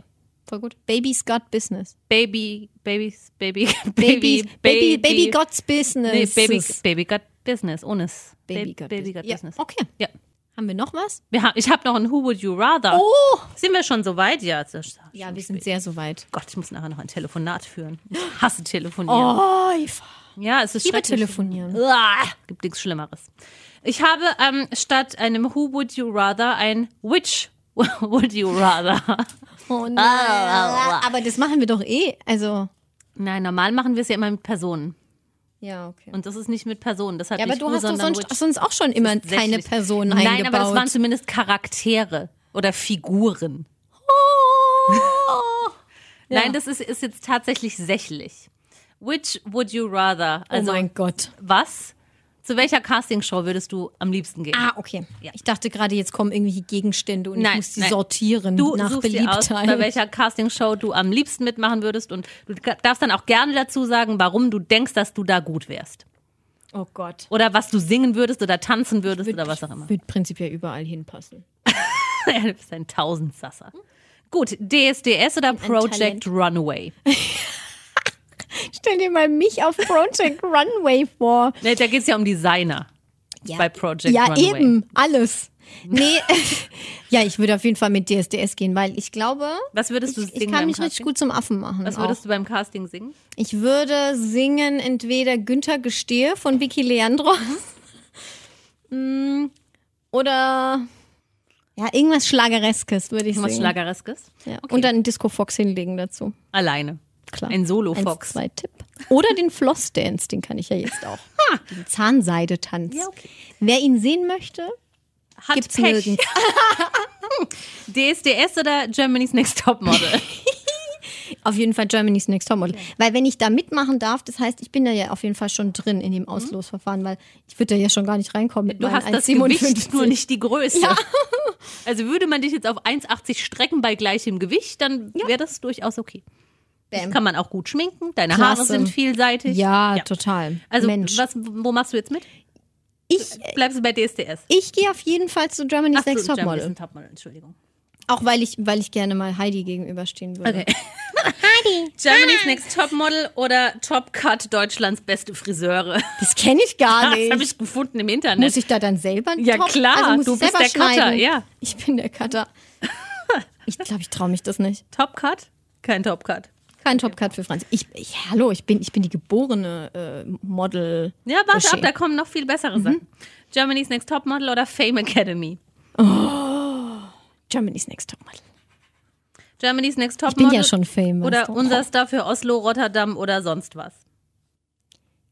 [SPEAKER 2] Voll gut. Baby's Got Business.
[SPEAKER 3] Baby, Babys, Baby,
[SPEAKER 2] Baby,
[SPEAKER 3] Baby,
[SPEAKER 2] Baby, Baby
[SPEAKER 3] Got
[SPEAKER 2] Got's Business.
[SPEAKER 3] nee, Baby, Baby Got Business, ohne es.
[SPEAKER 2] Baby
[SPEAKER 3] Ba-
[SPEAKER 2] Got
[SPEAKER 3] Baby
[SPEAKER 2] Business.
[SPEAKER 3] Got
[SPEAKER 2] Ja,
[SPEAKER 3] Business.
[SPEAKER 2] Okay.
[SPEAKER 3] Ja.
[SPEAKER 2] Haben wir noch was?
[SPEAKER 3] Wir ha ich habe noch ein Who Would You Rather.
[SPEAKER 2] Oh!
[SPEAKER 3] Sind wir schon so weit? Ja, es ist Ah. schon
[SPEAKER 2] Ja, wir
[SPEAKER 3] spät.
[SPEAKER 2] sind sehr soweit.
[SPEAKER 3] Gott, ich muss nachher noch ein Telefonat führen. Ich hasse telefonieren.
[SPEAKER 2] Oh, Eva.
[SPEAKER 3] Ja, es ist
[SPEAKER 2] Lieber
[SPEAKER 3] schrecklich.
[SPEAKER 2] telefonieren.
[SPEAKER 3] Uah, gibt nichts Schlimmeres. Ich habe ähm, statt einem Who Would You Rather ein Which Would You Rather.
[SPEAKER 2] Oh nein. Aber das machen wir doch eh. Also,
[SPEAKER 3] Nein, normal machen wir es ja immer mit Personen.
[SPEAKER 2] ja, okay.
[SPEAKER 3] Und das ist nicht mit Personen. Das hat
[SPEAKER 2] Ja, aber
[SPEAKER 3] nicht
[SPEAKER 2] du
[SPEAKER 3] Who,
[SPEAKER 2] hast doch
[SPEAKER 3] sondern
[SPEAKER 2] sonst,
[SPEAKER 3] Which.
[SPEAKER 2] sonst auch schon immer keine
[SPEAKER 3] Tatsächlich.
[SPEAKER 2] Personen
[SPEAKER 3] Nein,
[SPEAKER 2] eingebaut.
[SPEAKER 3] aber das waren zumindest Charaktere oder Figuren. Nein, das ist, ist jetzt tatsächlich sächlich. Which would you rather? Also,
[SPEAKER 2] oh mein Gott.
[SPEAKER 3] was? Zu welcher Castingshow würdest du am liebsten gehen?
[SPEAKER 2] Ah, okay. Ich dachte gerade, jetzt kommen irgendwelche Gegenstände und ich
[SPEAKER 3] Nein,
[SPEAKER 2] muss die
[SPEAKER 3] nein.
[SPEAKER 2] sortieren
[SPEAKER 3] du
[SPEAKER 2] nach
[SPEAKER 3] suchst
[SPEAKER 2] Beliebtheit.
[SPEAKER 3] dir aus, bei welcher Castingshow du am liebsten mitmachen würdest und du ka- darfst dann auch gerne dazu sagen, warum du denkst, dass du da gut wärst.
[SPEAKER 2] oh Gott.
[SPEAKER 3] Oder was du singen würdest oder tanzen würdest oder was auch immer.
[SPEAKER 2] Wird prinzipiell überall hinpassen.
[SPEAKER 3] du bist ein Tausendsasser. Gut, DSDS oder Project Runway?
[SPEAKER 2] Stell dir mal mich auf Project Runway vor.
[SPEAKER 3] Ne, Da geht es ja um Designer bei Project
[SPEAKER 2] ja,
[SPEAKER 3] Runway.
[SPEAKER 2] eben. Alles. Nee. ja, ich würde auf jeden Fall mit DSDS gehen, weil ich glaube,
[SPEAKER 3] Was würdest du singen?
[SPEAKER 2] ich kann
[SPEAKER 3] beim
[SPEAKER 2] mich richtig
[SPEAKER 3] Casting?
[SPEAKER 2] gut zum Affen machen.
[SPEAKER 3] Was
[SPEAKER 2] auch.
[SPEAKER 3] würdest du beim Casting singen?
[SPEAKER 2] Ich würde singen entweder Günther Gestehe von Vicky Leandros Mm, oder ja, irgendwas Schlagereskes würde ich
[SPEAKER 3] Was
[SPEAKER 2] singen.
[SPEAKER 3] Schlagereskes?
[SPEAKER 2] Ja.
[SPEAKER 3] Okay.
[SPEAKER 2] Und dann Disco Fox hinlegen dazu.
[SPEAKER 3] Alleine.
[SPEAKER 2] klar.
[SPEAKER 3] Ein Solo-Fox.
[SPEAKER 2] Eins, Zwei Tipp. Oder den Floss-Dance, den kann ich ja jetzt auch. Den Zahnseide-Tanz.
[SPEAKER 3] Ja, okay.
[SPEAKER 2] Wer ihn sehen möchte,
[SPEAKER 3] Hat
[SPEAKER 2] gibt's
[SPEAKER 3] Pech.
[SPEAKER 2] nirgends.
[SPEAKER 3] DSDS oder Germany's Next Topmodel?
[SPEAKER 2] Auf jeden Fall Germany's Next Topmodel. Weil wenn ich da mitmachen darf, das heißt, ich bin da ja auf jeden Fall schon drin in dem Auslosverfahren, weil ich würde da ja schon gar nicht reinkommen mit
[SPEAKER 3] Mhm. Du
[SPEAKER 2] meinen
[SPEAKER 3] hast das
[SPEAKER 2] 1,57.
[SPEAKER 3] Gewicht, nur nicht die Größe. Also würde man dich jetzt auf 1,80 strecken bei gleichem Gewicht, dann wäre das durchaus okay.
[SPEAKER 2] Bam.
[SPEAKER 3] Kann man auch gut schminken, deine
[SPEAKER 2] Klasse.
[SPEAKER 3] Haare sind vielseitig.
[SPEAKER 2] Ja, total.
[SPEAKER 3] Also
[SPEAKER 2] Mensch.
[SPEAKER 3] was, wo machst du jetzt mit?
[SPEAKER 2] ich
[SPEAKER 3] Äh, Bleibst du bei DSDS?
[SPEAKER 2] ich gehe auf jeden Fall zu Germany's
[SPEAKER 3] so,
[SPEAKER 2] Next
[SPEAKER 3] Germany's
[SPEAKER 2] Topmodel.
[SPEAKER 3] Next Topmodel, Entschuldigung.
[SPEAKER 2] Auch weil ich, weil ich gerne mal Heidi gegenüberstehen würde.
[SPEAKER 3] Okay. Germany's Next Topmodel oder Top Cut Deutschlands beste Friseure?
[SPEAKER 2] Das kenne ich gar
[SPEAKER 3] Das
[SPEAKER 2] nicht.
[SPEAKER 3] habe ich gefunden im Internet.
[SPEAKER 2] Ah, Muss ich da dann selber einen
[SPEAKER 3] Ja,
[SPEAKER 2] Top?
[SPEAKER 3] klar,
[SPEAKER 2] also muss
[SPEAKER 3] du
[SPEAKER 2] ich
[SPEAKER 3] bist
[SPEAKER 2] selber
[SPEAKER 3] der Cutter,
[SPEAKER 2] schneiden.
[SPEAKER 3] ja.
[SPEAKER 2] Ich bin der Cutter. Ich glaube, ich traue mich das nicht.
[SPEAKER 3] Top Cut? Kein Top Cut.
[SPEAKER 2] Kein Topcard für Franz. Ich, ich, hallo, ich bin, ich bin die geborene äh, Model.
[SPEAKER 3] Ja, warte ab,
[SPEAKER 2] Rocher.
[SPEAKER 3] da kommen noch viel
[SPEAKER 2] Mhm.
[SPEAKER 3] bessere Sachen. Germany's Next Topmodel oder Fame Academy?
[SPEAKER 2] Germany's Next Topmodel.
[SPEAKER 3] Germany's Next
[SPEAKER 2] Ich bin
[SPEAKER 3] Topmodel
[SPEAKER 2] ja schon Fame. weißt
[SPEAKER 3] oder
[SPEAKER 2] du.
[SPEAKER 3] unser Star für Oslo, Rotterdam oder sonst was.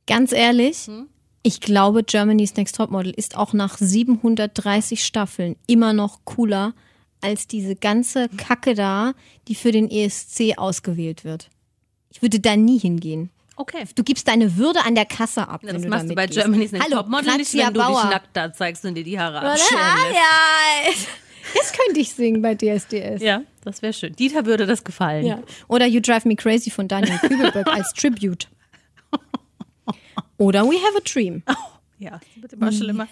[SPEAKER 2] Ganz ehrlich,
[SPEAKER 3] Hm?
[SPEAKER 2] ich glaube, Germany's Next Topmodel ist auch nach 730 Staffeln immer noch cooler als diese ganze Kacke da, die für den ESC ausgewählt wird. Ich würde da nie hingehen.
[SPEAKER 3] Okay.
[SPEAKER 2] Du gibst deine Würde an der Kasse ab.
[SPEAKER 3] Ja,
[SPEAKER 2] wenn
[SPEAKER 3] das
[SPEAKER 2] du
[SPEAKER 3] machst
[SPEAKER 2] da
[SPEAKER 3] du bei
[SPEAKER 2] mitgehst.
[SPEAKER 3] Germany's Next
[SPEAKER 2] Hallo,
[SPEAKER 3] Topmodel nicht,
[SPEAKER 2] Katja
[SPEAKER 3] wenn du
[SPEAKER 2] Bauer.
[SPEAKER 3] dich nackt da zeigst und dir die Haare
[SPEAKER 2] Ah,
[SPEAKER 3] abscheren lässt.
[SPEAKER 2] ja. Das könnte ich singen bei DSDS.
[SPEAKER 3] Ja, das wäre schön. Dieter würde das gefallen.
[SPEAKER 2] Ja. Oder You Drive Me Crazy von Daniel Kübelberg als Tribute. Oder We Have a Dream.
[SPEAKER 3] ja das wird
[SPEAKER 2] Mhm.
[SPEAKER 3] immer schlimmer.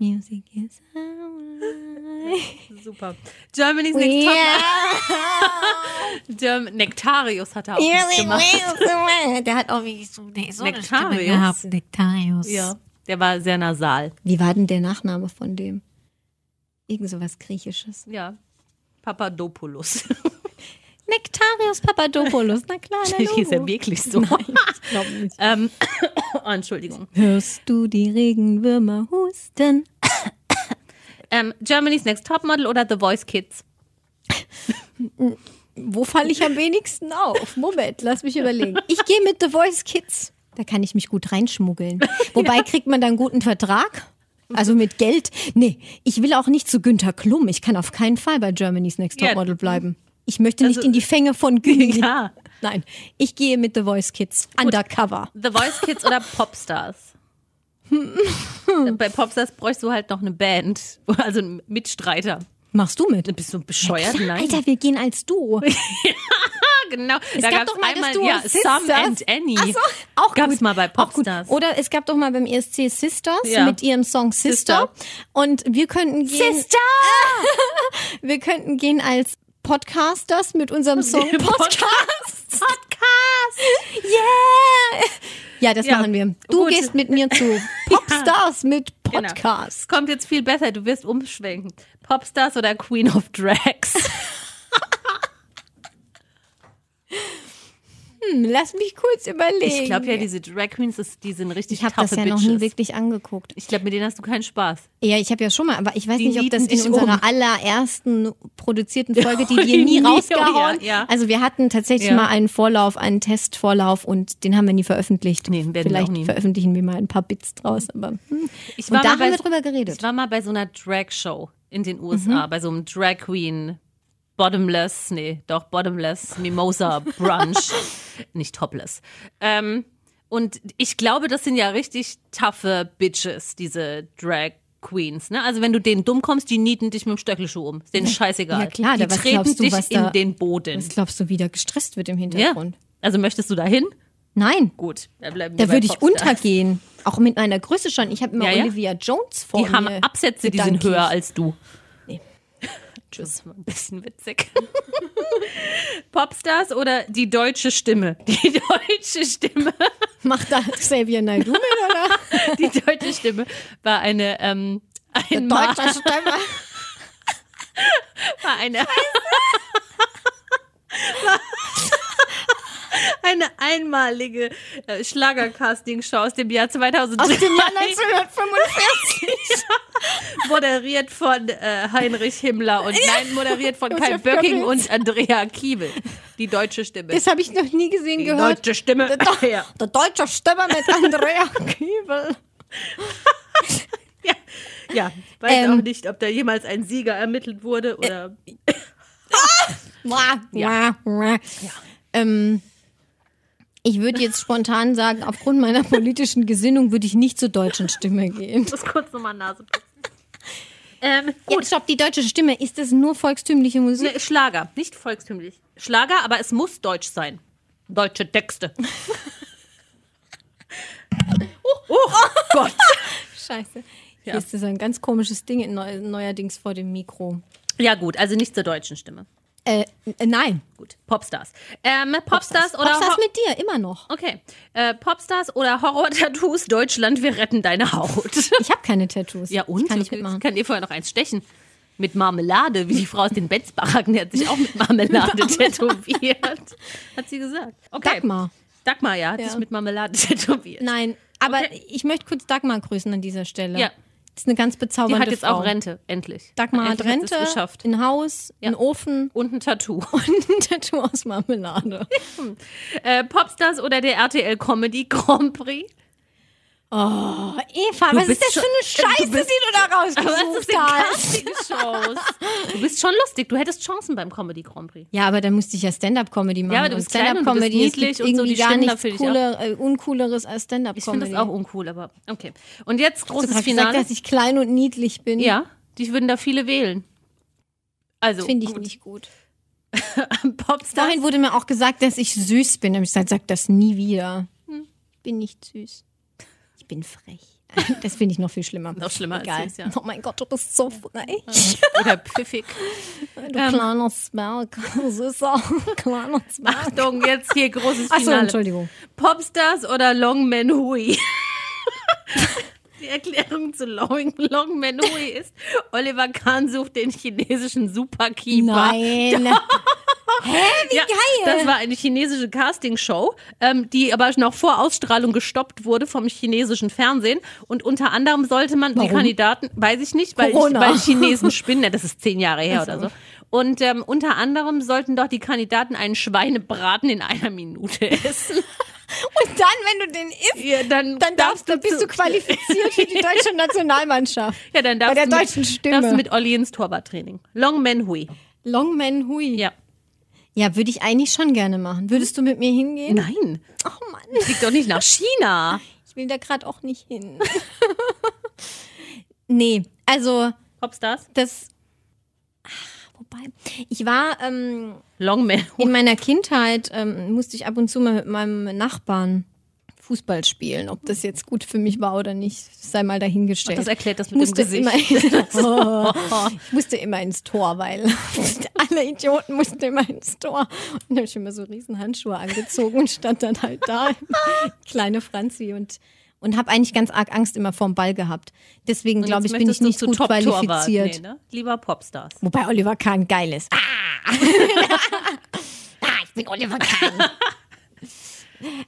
[SPEAKER 2] Music is
[SPEAKER 3] Super. Germany's Next Topmodel. Germ Nektarius hat er auch
[SPEAKER 4] Ja,
[SPEAKER 3] yeah, gemacht.
[SPEAKER 4] Der hat auch wirklich so eine, so eine Stimme
[SPEAKER 3] Nektarius?
[SPEAKER 4] gehabt. Nektarius.
[SPEAKER 3] Ja. Der war sehr nasal.
[SPEAKER 2] Wie war denn der Nachname von dem? Irgend sowas Griechisches.
[SPEAKER 3] Ja. Papadopoulos.
[SPEAKER 2] Nektarius Papadopoulos, na klar. na
[SPEAKER 3] Ich ist ja
[SPEAKER 2] logo.
[SPEAKER 3] wirklich so.
[SPEAKER 2] Ich glaub nicht.
[SPEAKER 3] Ähm, oh, Entschuldigung.
[SPEAKER 2] Hörst du die Regenwürmer husten?
[SPEAKER 3] Ähm, Germany's Next Topmodel oder The Voice Kids?
[SPEAKER 2] Wo falle ich am wenigsten auf? Moment, lass mich überlegen. Ich gehe mit The Voice Kids. Da kann ich mich gut reinschmuggeln. Wobei kriegt man dann einen guten Vertrag? Also mit Geld? Nee, ich will auch nicht zu Günther Klum. Ich kann auf keinen Fall bei Germany's Next
[SPEAKER 3] Ja.
[SPEAKER 2] Topmodel bleiben. Ich möchte nicht
[SPEAKER 3] Also-
[SPEAKER 2] in die Fänge von Günther.
[SPEAKER 3] Ja.
[SPEAKER 2] Nein, ich gehe mit The Voice Kids. Undercover.
[SPEAKER 3] The Voice Kids oder Popstars? Bei Popstars bräuchst du halt noch eine Band, also einen Mitstreiter.
[SPEAKER 2] Machst du mit?
[SPEAKER 3] Dann bist du bescheuert? Nein.
[SPEAKER 2] Alter, wir gehen als Duo.
[SPEAKER 3] genau. Es
[SPEAKER 2] gab doch mal das
[SPEAKER 3] einmal,
[SPEAKER 2] Duo
[SPEAKER 3] ja,
[SPEAKER 2] Sisters.
[SPEAKER 3] Sam and Annie.
[SPEAKER 2] Ach so, auch
[SPEAKER 3] Gab's
[SPEAKER 2] gut.
[SPEAKER 3] mal bei
[SPEAKER 2] Auch gut.
[SPEAKER 3] Popstars.
[SPEAKER 2] Oder es gab doch mal beim ESC Sisters
[SPEAKER 3] Ja.
[SPEAKER 2] mit ihrem Song Sister. Und wir könnten gehen. Sister! wir könnten gehen als Podcasters mit unserem Song
[SPEAKER 3] Pod-
[SPEAKER 2] Podcast. Podcast! Yeah! Ja, das
[SPEAKER 3] Ja,
[SPEAKER 2] machen wir. Du
[SPEAKER 3] gut.
[SPEAKER 2] gehst mit mir zu Popstars mit
[SPEAKER 3] Genau.
[SPEAKER 2] Podcast.
[SPEAKER 3] Es kommt jetzt viel besser, du wirst umschwenken. Popstars oder Queen of Drags?
[SPEAKER 2] Hm, lass mich kurz überlegen.
[SPEAKER 3] Ich glaube ja, diese Drag Queens, das- die sind richtig
[SPEAKER 2] ich habe
[SPEAKER 3] taffe
[SPEAKER 2] das ja noch
[SPEAKER 3] Bitches.
[SPEAKER 2] nie wirklich angeguckt.
[SPEAKER 3] Ich glaube, mit denen hast du keinen Spaß.
[SPEAKER 2] Ja, ich habe ja schon mal, aber ich weiß
[SPEAKER 3] Die
[SPEAKER 2] nicht, ob das
[SPEAKER 3] nieten
[SPEAKER 2] in
[SPEAKER 3] dich
[SPEAKER 2] unserer
[SPEAKER 3] um. oh,
[SPEAKER 2] allerersten produzierten Folge, die wir nie
[SPEAKER 3] Nie,
[SPEAKER 2] rausgehauen.
[SPEAKER 3] oh ja, ja.
[SPEAKER 2] Also wir hatten tatsächlich
[SPEAKER 3] Ja.
[SPEAKER 2] mal einen Vorlauf, einen Testvorlauf und den haben wir nie veröffentlicht.
[SPEAKER 3] Nee, werden wir
[SPEAKER 2] Vielleicht
[SPEAKER 3] auch nie.
[SPEAKER 2] veröffentlichen wir mal ein paar Bits draus, aber hm.
[SPEAKER 3] Ich
[SPEAKER 2] und da
[SPEAKER 3] mal
[SPEAKER 2] haben
[SPEAKER 3] bei-
[SPEAKER 2] wir drüber
[SPEAKER 3] Ich
[SPEAKER 2] geredet. Mhm.
[SPEAKER 3] war mal bei so einer Drag-Show in den USA, bei so einem Drag Queen Bottomless, nee, doch Bottomless Mimosa Brunch, nicht Topless. Ähm, und ich glaube, das sind ja richtig taffe Bitches, diese Drag Queens. Ne? Also wenn du denen dumm kommst, die nieten dich mit dem Stöckelschuh um. Ist denen scheißegal.
[SPEAKER 2] ja klar,
[SPEAKER 3] die
[SPEAKER 2] da- was
[SPEAKER 3] treten
[SPEAKER 2] glaubst du,
[SPEAKER 3] dich
[SPEAKER 2] was
[SPEAKER 3] in
[SPEAKER 2] da-
[SPEAKER 3] den Boden.
[SPEAKER 2] Was glaubst du, wie da gestresst wird im
[SPEAKER 3] Ja.
[SPEAKER 2] Hintergrund?
[SPEAKER 3] Also möchtest du dahin?
[SPEAKER 2] Nein,
[SPEAKER 3] Gut, da bleiben
[SPEAKER 2] da
[SPEAKER 3] wir bei
[SPEAKER 2] würde ich
[SPEAKER 3] Popstars.
[SPEAKER 2] untergehen. Auch mit meiner Größe schon. Ich habe immer
[SPEAKER 3] Ja, ja.
[SPEAKER 2] Olivia Jones vor
[SPEAKER 3] Die haben
[SPEAKER 2] mir.
[SPEAKER 3] Absätze, die sind
[SPEAKER 2] gedanklich.
[SPEAKER 3] höher als du.
[SPEAKER 2] Nee.
[SPEAKER 3] Tschüss. Ein bisschen witzig. Popstars oder die deutsche Stimme? Die deutsche Stimme.
[SPEAKER 2] Macht da Xavier Naidoo mit, oder?
[SPEAKER 3] Die deutsche Stimme war eine, ähm, ein Mann,
[SPEAKER 2] Deutscher Stimme.
[SPEAKER 3] war eine, war eine einmalige äh, Schlagercasting-Show aus dem Jahr 2003.
[SPEAKER 2] Aus dem Jahr 1945.
[SPEAKER 3] moderiert von äh, Heinrich Himmler und nein, moderiert von Kai
[SPEAKER 2] Josef
[SPEAKER 3] Böcking
[SPEAKER 2] Goebbels.
[SPEAKER 3] und Andrea Kiebel. Die deutsche Stimme.
[SPEAKER 2] Das habe ich noch nie gesehen,
[SPEAKER 3] die
[SPEAKER 2] gehört.
[SPEAKER 3] deutsche Stimme. Ja.
[SPEAKER 2] Der deutsche Stimme mit Andrea Kiebel.
[SPEAKER 3] Ja, ja. weiß
[SPEAKER 2] Ähm. Äh.
[SPEAKER 3] auch nicht, ob da jemals ein Sieger ermittelt wurde oder.
[SPEAKER 2] Mua, mua, mua. Ähm, ich würde jetzt spontan sagen, aufgrund meiner politischen Gesinnung würde ich nicht zur deutschen Stimme gehen.
[SPEAKER 3] Ich muss kurz nochmal Nase putzen. ähm,
[SPEAKER 2] Ja, stopp, die deutsche Stimme, ist das nur volkstümliche Musik?
[SPEAKER 3] ne, Schlager, nicht volkstümlich. Schlager, aber es muss deutsch sein. Deutsche Texte. oh, oh Gott.
[SPEAKER 2] Scheiße. Hier ist das ein ganz komisches Ding neu, neuerdings vor dem Mikro.
[SPEAKER 3] Ja, gut, also nicht zur deutschen Stimme.
[SPEAKER 2] Äh, äh, nein.
[SPEAKER 3] Gut, Popstars. Ähm, Popstars, oder.
[SPEAKER 2] Popstars
[SPEAKER 3] Ho-
[SPEAKER 2] mit dir, immer noch.
[SPEAKER 3] okay. Äh, Popstars oder Horror-Tattoos, Deutschland, wir retten deine Haut.
[SPEAKER 2] Ich habe keine Tattoos.
[SPEAKER 3] Ja, und?
[SPEAKER 2] Ich kann
[SPEAKER 3] Kann,
[SPEAKER 2] nicht mitmachen.
[SPEAKER 3] kann ihr vorher noch eins stechen. Mit Marmelade, wie die Frau aus den Betzbaracken, die hat sich auch mit Marmelade tätowiert. Hat sie gesagt. Okay.
[SPEAKER 2] Dagmar.
[SPEAKER 3] Dagmar, ja, hat sich mit Marmelade tätowiert.
[SPEAKER 2] Nein, aber
[SPEAKER 3] Okay.
[SPEAKER 2] ich möchte kurz Dagmar grüßen an dieser Stelle.
[SPEAKER 3] Ja.
[SPEAKER 2] Das ist eine ganz bezaubernde
[SPEAKER 3] Die hat jetzt
[SPEAKER 2] Frau.
[SPEAKER 3] auch Rente, endlich.
[SPEAKER 2] Dagmar hat
[SPEAKER 3] endlich hat sie
[SPEAKER 2] Rente,
[SPEAKER 3] Es geschafft.
[SPEAKER 2] ein Haus, ein Ofen
[SPEAKER 3] Und ein Tattoo.
[SPEAKER 2] und ein Tattoo aus Marmelade.
[SPEAKER 3] Äh, Popstars oder der RTL Comedy Grand Prix?
[SPEAKER 2] Oh, Eva, was
[SPEAKER 3] bist
[SPEAKER 2] ist das für eine
[SPEAKER 3] schon-
[SPEAKER 2] Scheiße,
[SPEAKER 3] du bist-
[SPEAKER 2] die du da
[SPEAKER 3] Was ist
[SPEAKER 2] rausgesucht
[SPEAKER 3] denn
[SPEAKER 2] hast?
[SPEAKER 3] Casting-Shows? Du bist schon lustig, du hättest Chancen beim Comedy Grand Prix.
[SPEAKER 2] Ja, aber dann musste ich ja Stand-Up-Comedy machen.
[SPEAKER 3] aber du
[SPEAKER 2] Und
[SPEAKER 3] bist klein und du bist
[SPEAKER 2] Stand-Up-Comedy, es
[SPEAKER 3] niedlich
[SPEAKER 2] gibt
[SPEAKER 3] und so,
[SPEAKER 2] irgendwie
[SPEAKER 3] die
[SPEAKER 2] gar
[SPEAKER 3] stimmen
[SPEAKER 2] nichts
[SPEAKER 3] dafür dich
[SPEAKER 2] cooler, äh, Uncooleres als
[SPEAKER 3] Ich finde
[SPEAKER 2] Stand-Up-Comedy.
[SPEAKER 3] das auch uncool, aber okay. Und jetzt
[SPEAKER 2] Du
[SPEAKER 3] großes
[SPEAKER 2] hast gesagt,
[SPEAKER 3] Finale.
[SPEAKER 2] dass ich klein und niedlich bin.
[SPEAKER 3] Ja, die würden da viele wählen. Also,
[SPEAKER 2] Das finde ich
[SPEAKER 3] gut.
[SPEAKER 2] nicht gut.
[SPEAKER 3] Popstars.
[SPEAKER 2] Vorhin wurde mir auch gesagt, dass ich süß bin. Da habe ich gesagt, sag das nie wieder.
[SPEAKER 3] Hm.
[SPEAKER 2] Bin nicht süß. Ich bin frech. Das finde ich noch viel schlimmer.
[SPEAKER 3] Noch schlimmer als
[SPEAKER 2] Egal.
[SPEAKER 3] süß, ja.
[SPEAKER 2] Oh mein Gott, du bist so frech.
[SPEAKER 3] Oder pfiffig.
[SPEAKER 2] Du kleiner Zwerg. Süßer. Kleiner Zwerg.
[SPEAKER 3] Achtung, jetzt hier großes
[SPEAKER 2] Achso,
[SPEAKER 3] Finale.
[SPEAKER 2] Entschuldigung.
[SPEAKER 3] Popstars oder Long Man Hui? Die Erklärung zu Long, Long Man Hui ist, Oliver Kahn sucht den chinesischen Superkeeper.
[SPEAKER 2] Nein.
[SPEAKER 3] wie ja,
[SPEAKER 2] geil.
[SPEAKER 3] Das war eine chinesische Castingshow, ähm, die aber noch vor Ausstrahlung gestoppt wurde vom chinesischen Fernsehen. Und unter anderem sollte man die Kandidaten, weiß ich nicht, weil, ich,
[SPEAKER 2] Corona.
[SPEAKER 3] weil Chinesen spinnen, Ja, das ist zehn Jahre her oder so. Und ähm, unter anderem sollten doch die Kandidaten einen Schweinebraten in einer Minute essen.
[SPEAKER 2] Und dann, wenn du den isst,
[SPEAKER 3] Ja, dann,
[SPEAKER 2] dann darfst, du, bist
[SPEAKER 3] zu-
[SPEAKER 2] du qualifiziert für die deutsche Nationalmannschaft.
[SPEAKER 3] ja, dann
[SPEAKER 2] bei
[SPEAKER 3] darfst
[SPEAKER 2] der
[SPEAKER 3] du mit,
[SPEAKER 2] deutschen Stimme.
[SPEAKER 3] Darfst du mit Olli ins Torwarttraining. Long Man Hui.
[SPEAKER 2] Long Man Hui.
[SPEAKER 3] Ja.
[SPEAKER 2] Ja, würde ich eigentlich schon gerne machen. Würdest du mit mir hingehen?
[SPEAKER 3] Nein,
[SPEAKER 2] Oh Mann.
[SPEAKER 3] flieg doch nicht nach China.
[SPEAKER 2] Ich will da gerade auch nicht hin. nee, also
[SPEAKER 3] Popstars.
[SPEAKER 2] das. Ach, wobei. Ich war ähm,
[SPEAKER 3] Long Man Hui.
[SPEAKER 2] in meiner Kindheit, ähm, musste ich ab und zu mal mit meinem Nachbarn Fußball spielen. Ob das jetzt gut für mich war oder nicht, sei mal dahingestellt.
[SPEAKER 3] Das erklärt das
[SPEAKER 2] ich
[SPEAKER 3] mit dem
[SPEAKER 2] musste,
[SPEAKER 3] Gesicht.
[SPEAKER 2] immer, Oh, ich musste immer ins Tor, weil alle Idioten mussten immer ins Tor. Und dann habe ich immer so riesen Handschuhe angezogen und stand dann halt da, kleine Franzi und und habe eigentlich ganz arg Angst immer vorm Ball gehabt. Deswegen glaube ich,
[SPEAKER 3] Jetzt
[SPEAKER 2] bin ich
[SPEAKER 3] möchtest du
[SPEAKER 2] nicht
[SPEAKER 3] zu
[SPEAKER 2] gut
[SPEAKER 3] Top-Torwart.
[SPEAKER 2] qualifiziert.
[SPEAKER 3] Nee, ne? Lieber Popstars.
[SPEAKER 2] Wobei Oliver Kahn geil ist. Ah! ah ich bin Oliver Kahn.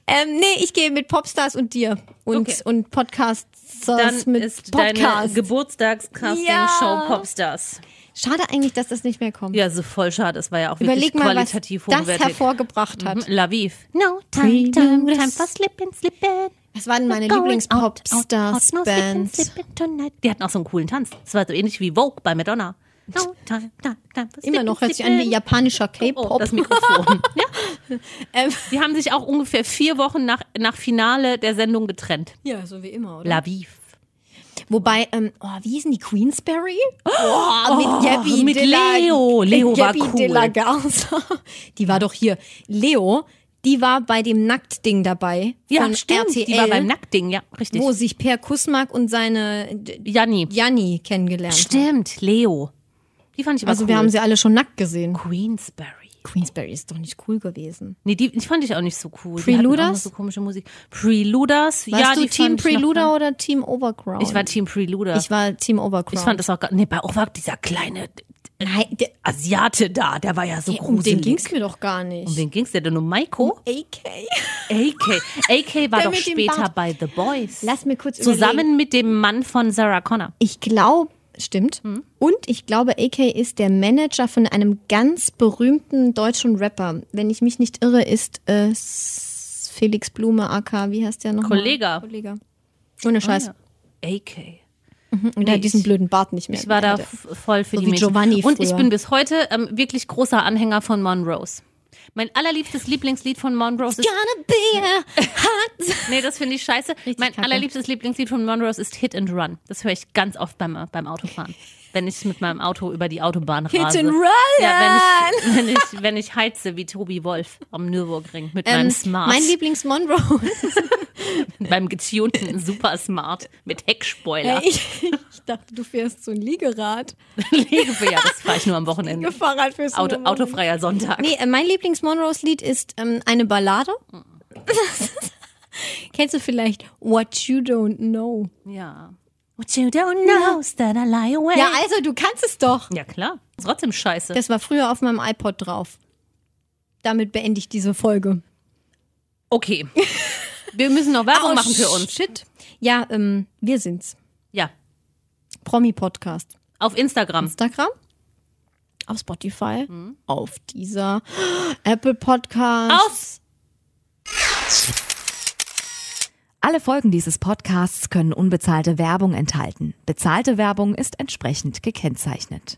[SPEAKER 2] ähm, nee, ich gehe mit Popstars und dir und,
[SPEAKER 3] Okay.
[SPEAKER 2] und Podcasts
[SPEAKER 3] Dann
[SPEAKER 2] mit
[SPEAKER 3] ist deine
[SPEAKER 2] Podcast.
[SPEAKER 3] Geburtstagscasting-Show
[SPEAKER 2] Ja.
[SPEAKER 3] Popstars.
[SPEAKER 2] Schade eigentlich, dass das nicht mehr kommt.
[SPEAKER 3] Ja, so voll schade. Das war ja auch
[SPEAKER 2] Überleg
[SPEAKER 3] wirklich
[SPEAKER 2] mal, was
[SPEAKER 3] qualitativ
[SPEAKER 2] das
[SPEAKER 3] hochwertig. Mhm,
[SPEAKER 2] hervorgebracht hat.
[SPEAKER 3] Laviv.
[SPEAKER 5] No time, time, time for slipping, slipping.
[SPEAKER 2] Das waren meine
[SPEAKER 5] Going out, out, out, no slipping,
[SPEAKER 2] Lieblings-Popstars-Bands.
[SPEAKER 5] slipping tonight.
[SPEAKER 3] Die hatten auch so einen coolen Tanz. Das war so ähnlich wie Vogue bei Madonna.
[SPEAKER 5] No time, time, time for
[SPEAKER 2] Immer
[SPEAKER 5] slipping,
[SPEAKER 2] noch hört sich an wie
[SPEAKER 5] slipping.
[SPEAKER 2] japanischer
[SPEAKER 3] Oh,
[SPEAKER 2] K-Pop.
[SPEAKER 3] das Mikrofon. ja.
[SPEAKER 2] Ähm,
[SPEAKER 3] Die haben sich auch ungefähr vier Wochen nach, nach Finale der Sendung getrennt.
[SPEAKER 2] ja, so wie immer, oder?
[SPEAKER 3] Laviv.
[SPEAKER 2] Wobei, ähm, oh, wie hießen die? Queensberry? Oh, mit Gabby
[SPEAKER 3] mit
[SPEAKER 2] de la,
[SPEAKER 3] Leo. Leo war
[SPEAKER 2] Gabby de la
[SPEAKER 3] cool.
[SPEAKER 2] Garza. Die war doch hier. Leo, die war bei dem Nacktding dabei.
[SPEAKER 3] Ja,
[SPEAKER 2] von
[SPEAKER 3] stimmt.
[SPEAKER 2] RTL,
[SPEAKER 3] Die war beim Nackding, ja, richtig.
[SPEAKER 2] wo sich Per Kusmak und seine D-
[SPEAKER 3] Janni.
[SPEAKER 2] Janni kennengelernt haben.
[SPEAKER 3] Stimmt, Leo. Die fand ich immer
[SPEAKER 2] Also
[SPEAKER 3] cool.
[SPEAKER 2] wir haben sie alle schon nackt gesehen.
[SPEAKER 3] Queensberry.
[SPEAKER 2] Queensberry ist doch nicht cool gewesen.
[SPEAKER 3] Nee, die, die fand ich auch nicht so cool. Die
[SPEAKER 2] Preluders?
[SPEAKER 3] hatten auch noch so komische Musik. Preluders,
[SPEAKER 2] Warst
[SPEAKER 3] ja,
[SPEAKER 2] du
[SPEAKER 3] die
[SPEAKER 2] Team
[SPEAKER 3] fand ich noch
[SPEAKER 2] Preluder oder Team Overground?
[SPEAKER 3] cool. Ich war Team Preluder.
[SPEAKER 2] ich war Team Overground.
[SPEAKER 3] Ich fand das auch gar, nee, bei Overground dieser kleine
[SPEAKER 2] Nein, der,
[SPEAKER 3] Asiate da, der war ja so
[SPEAKER 2] um den
[SPEAKER 3] Oh, gruselig.
[SPEAKER 2] ging es mir doch gar nicht.
[SPEAKER 3] um wen ging's denn denn? Um Maiko?
[SPEAKER 2] AK.
[SPEAKER 3] AK. AK war
[SPEAKER 2] Der
[SPEAKER 3] doch
[SPEAKER 2] mit dem
[SPEAKER 3] später
[SPEAKER 2] Bart.
[SPEAKER 3] bei The Boys.
[SPEAKER 2] Lass mir kurz überlegen.
[SPEAKER 3] Zusammen mit dem Mann von Sarah Connor.
[SPEAKER 2] Ich glaube, stimmt.
[SPEAKER 3] Hm.
[SPEAKER 2] Und ich glaube, AK ist der Manager von einem ganz berühmten deutschen Rapper. Wenn ich mich nicht irre, ist äh, S- Felix Blume, AK, wie heißt der nochmal?
[SPEAKER 3] Kollega.
[SPEAKER 2] Kollege. Ohne Scheiß. Hm,
[SPEAKER 3] AK.
[SPEAKER 2] Und der hat diesen blöden Bart nicht mehr.
[SPEAKER 3] Ich war da
[SPEAKER 2] Der-
[SPEAKER 3] f- voll für
[SPEAKER 2] So
[SPEAKER 3] die
[SPEAKER 2] wie
[SPEAKER 3] Mädchen.
[SPEAKER 2] Giovanni
[SPEAKER 3] Und ich
[SPEAKER 2] früher.
[SPEAKER 3] bin bis heute ähm, wirklich großer Anhänger von Monrose. Mein allerliebstes Lieblingslied von Monrose ist.
[SPEAKER 2] Gonna be a
[SPEAKER 3] Nee, das finde ich scheiße. mein
[SPEAKER 2] kacke.
[SPEAKER 3] allerliebstes Lieblingslied von Monrose ist Hit and Run. Das höre ich ganz oft beim, beim Autofahren. Wenn ich mit meinem Auto über die Autobahn Hit rase.
[SPEAKER 2] and run!
[SPEAKER 3] Ja, wenn ich, wenn ich, wenn ich heize wie Tobi Wolf am Nürburgring mit meinem
[SPEAKER 2] ähm,
[SPEAKER 3] Smart.
[SPEAKER 2] mein Lieblings-Monroe.
[SPEAKER 3] beim getunten Super Smart mit Heckspoiler.
[SPEAKER 2] Ich, ich dachte, du fährst so ein Liegerad.
[SPEAKER 3] Legefe, ja, das fahre ich nur am Wochenende.
[SPEAKER 2] Fahrrad fürs
[SPEAKER 3] Auto, autofreier Sonntag.
[SPEAKER 2] Nee, äh, mein Lieblings-Monroes-Lied ist ähm, eine Ballade. Kennst du vielleicht What You Don't Know?
[SPEAKER 3] Ja.
[SPEAKER 5] What you don't know is that I lie away.
[SPEAKER 2] Ja, also du kannst es doch.
[SPEAKER 3] Ja, klar. Ist trotzdem scheiße.
[SPEAKER 2] Das war früher auf meinem iPod drauf. Damit beende ich diese Folge.
[SPEAKER 3] okay. Wir müssen noch Werbung machen für uns.
[SPEAKER 2] Shit. Ja, ähm, wir sind's.
[SPEAKER 3] Ja.
[SPEAKER 2] Promi-Podcast.
[SPEAKER 3] Auf Instagram.
[SPEAKER 2] Instagram. Auf Spotify.
[SPEAKER 3] Mhm.
[SPEAKER 2] Auf dieser Apple Podcast.
[SPEAKER 3] Aus!
[SPEAKER 6] Alle Folgen dieses Podcasts können unbezahlte Werbung enthalten. Bezahlte Werbung ist entsprechend gekennzeichnet.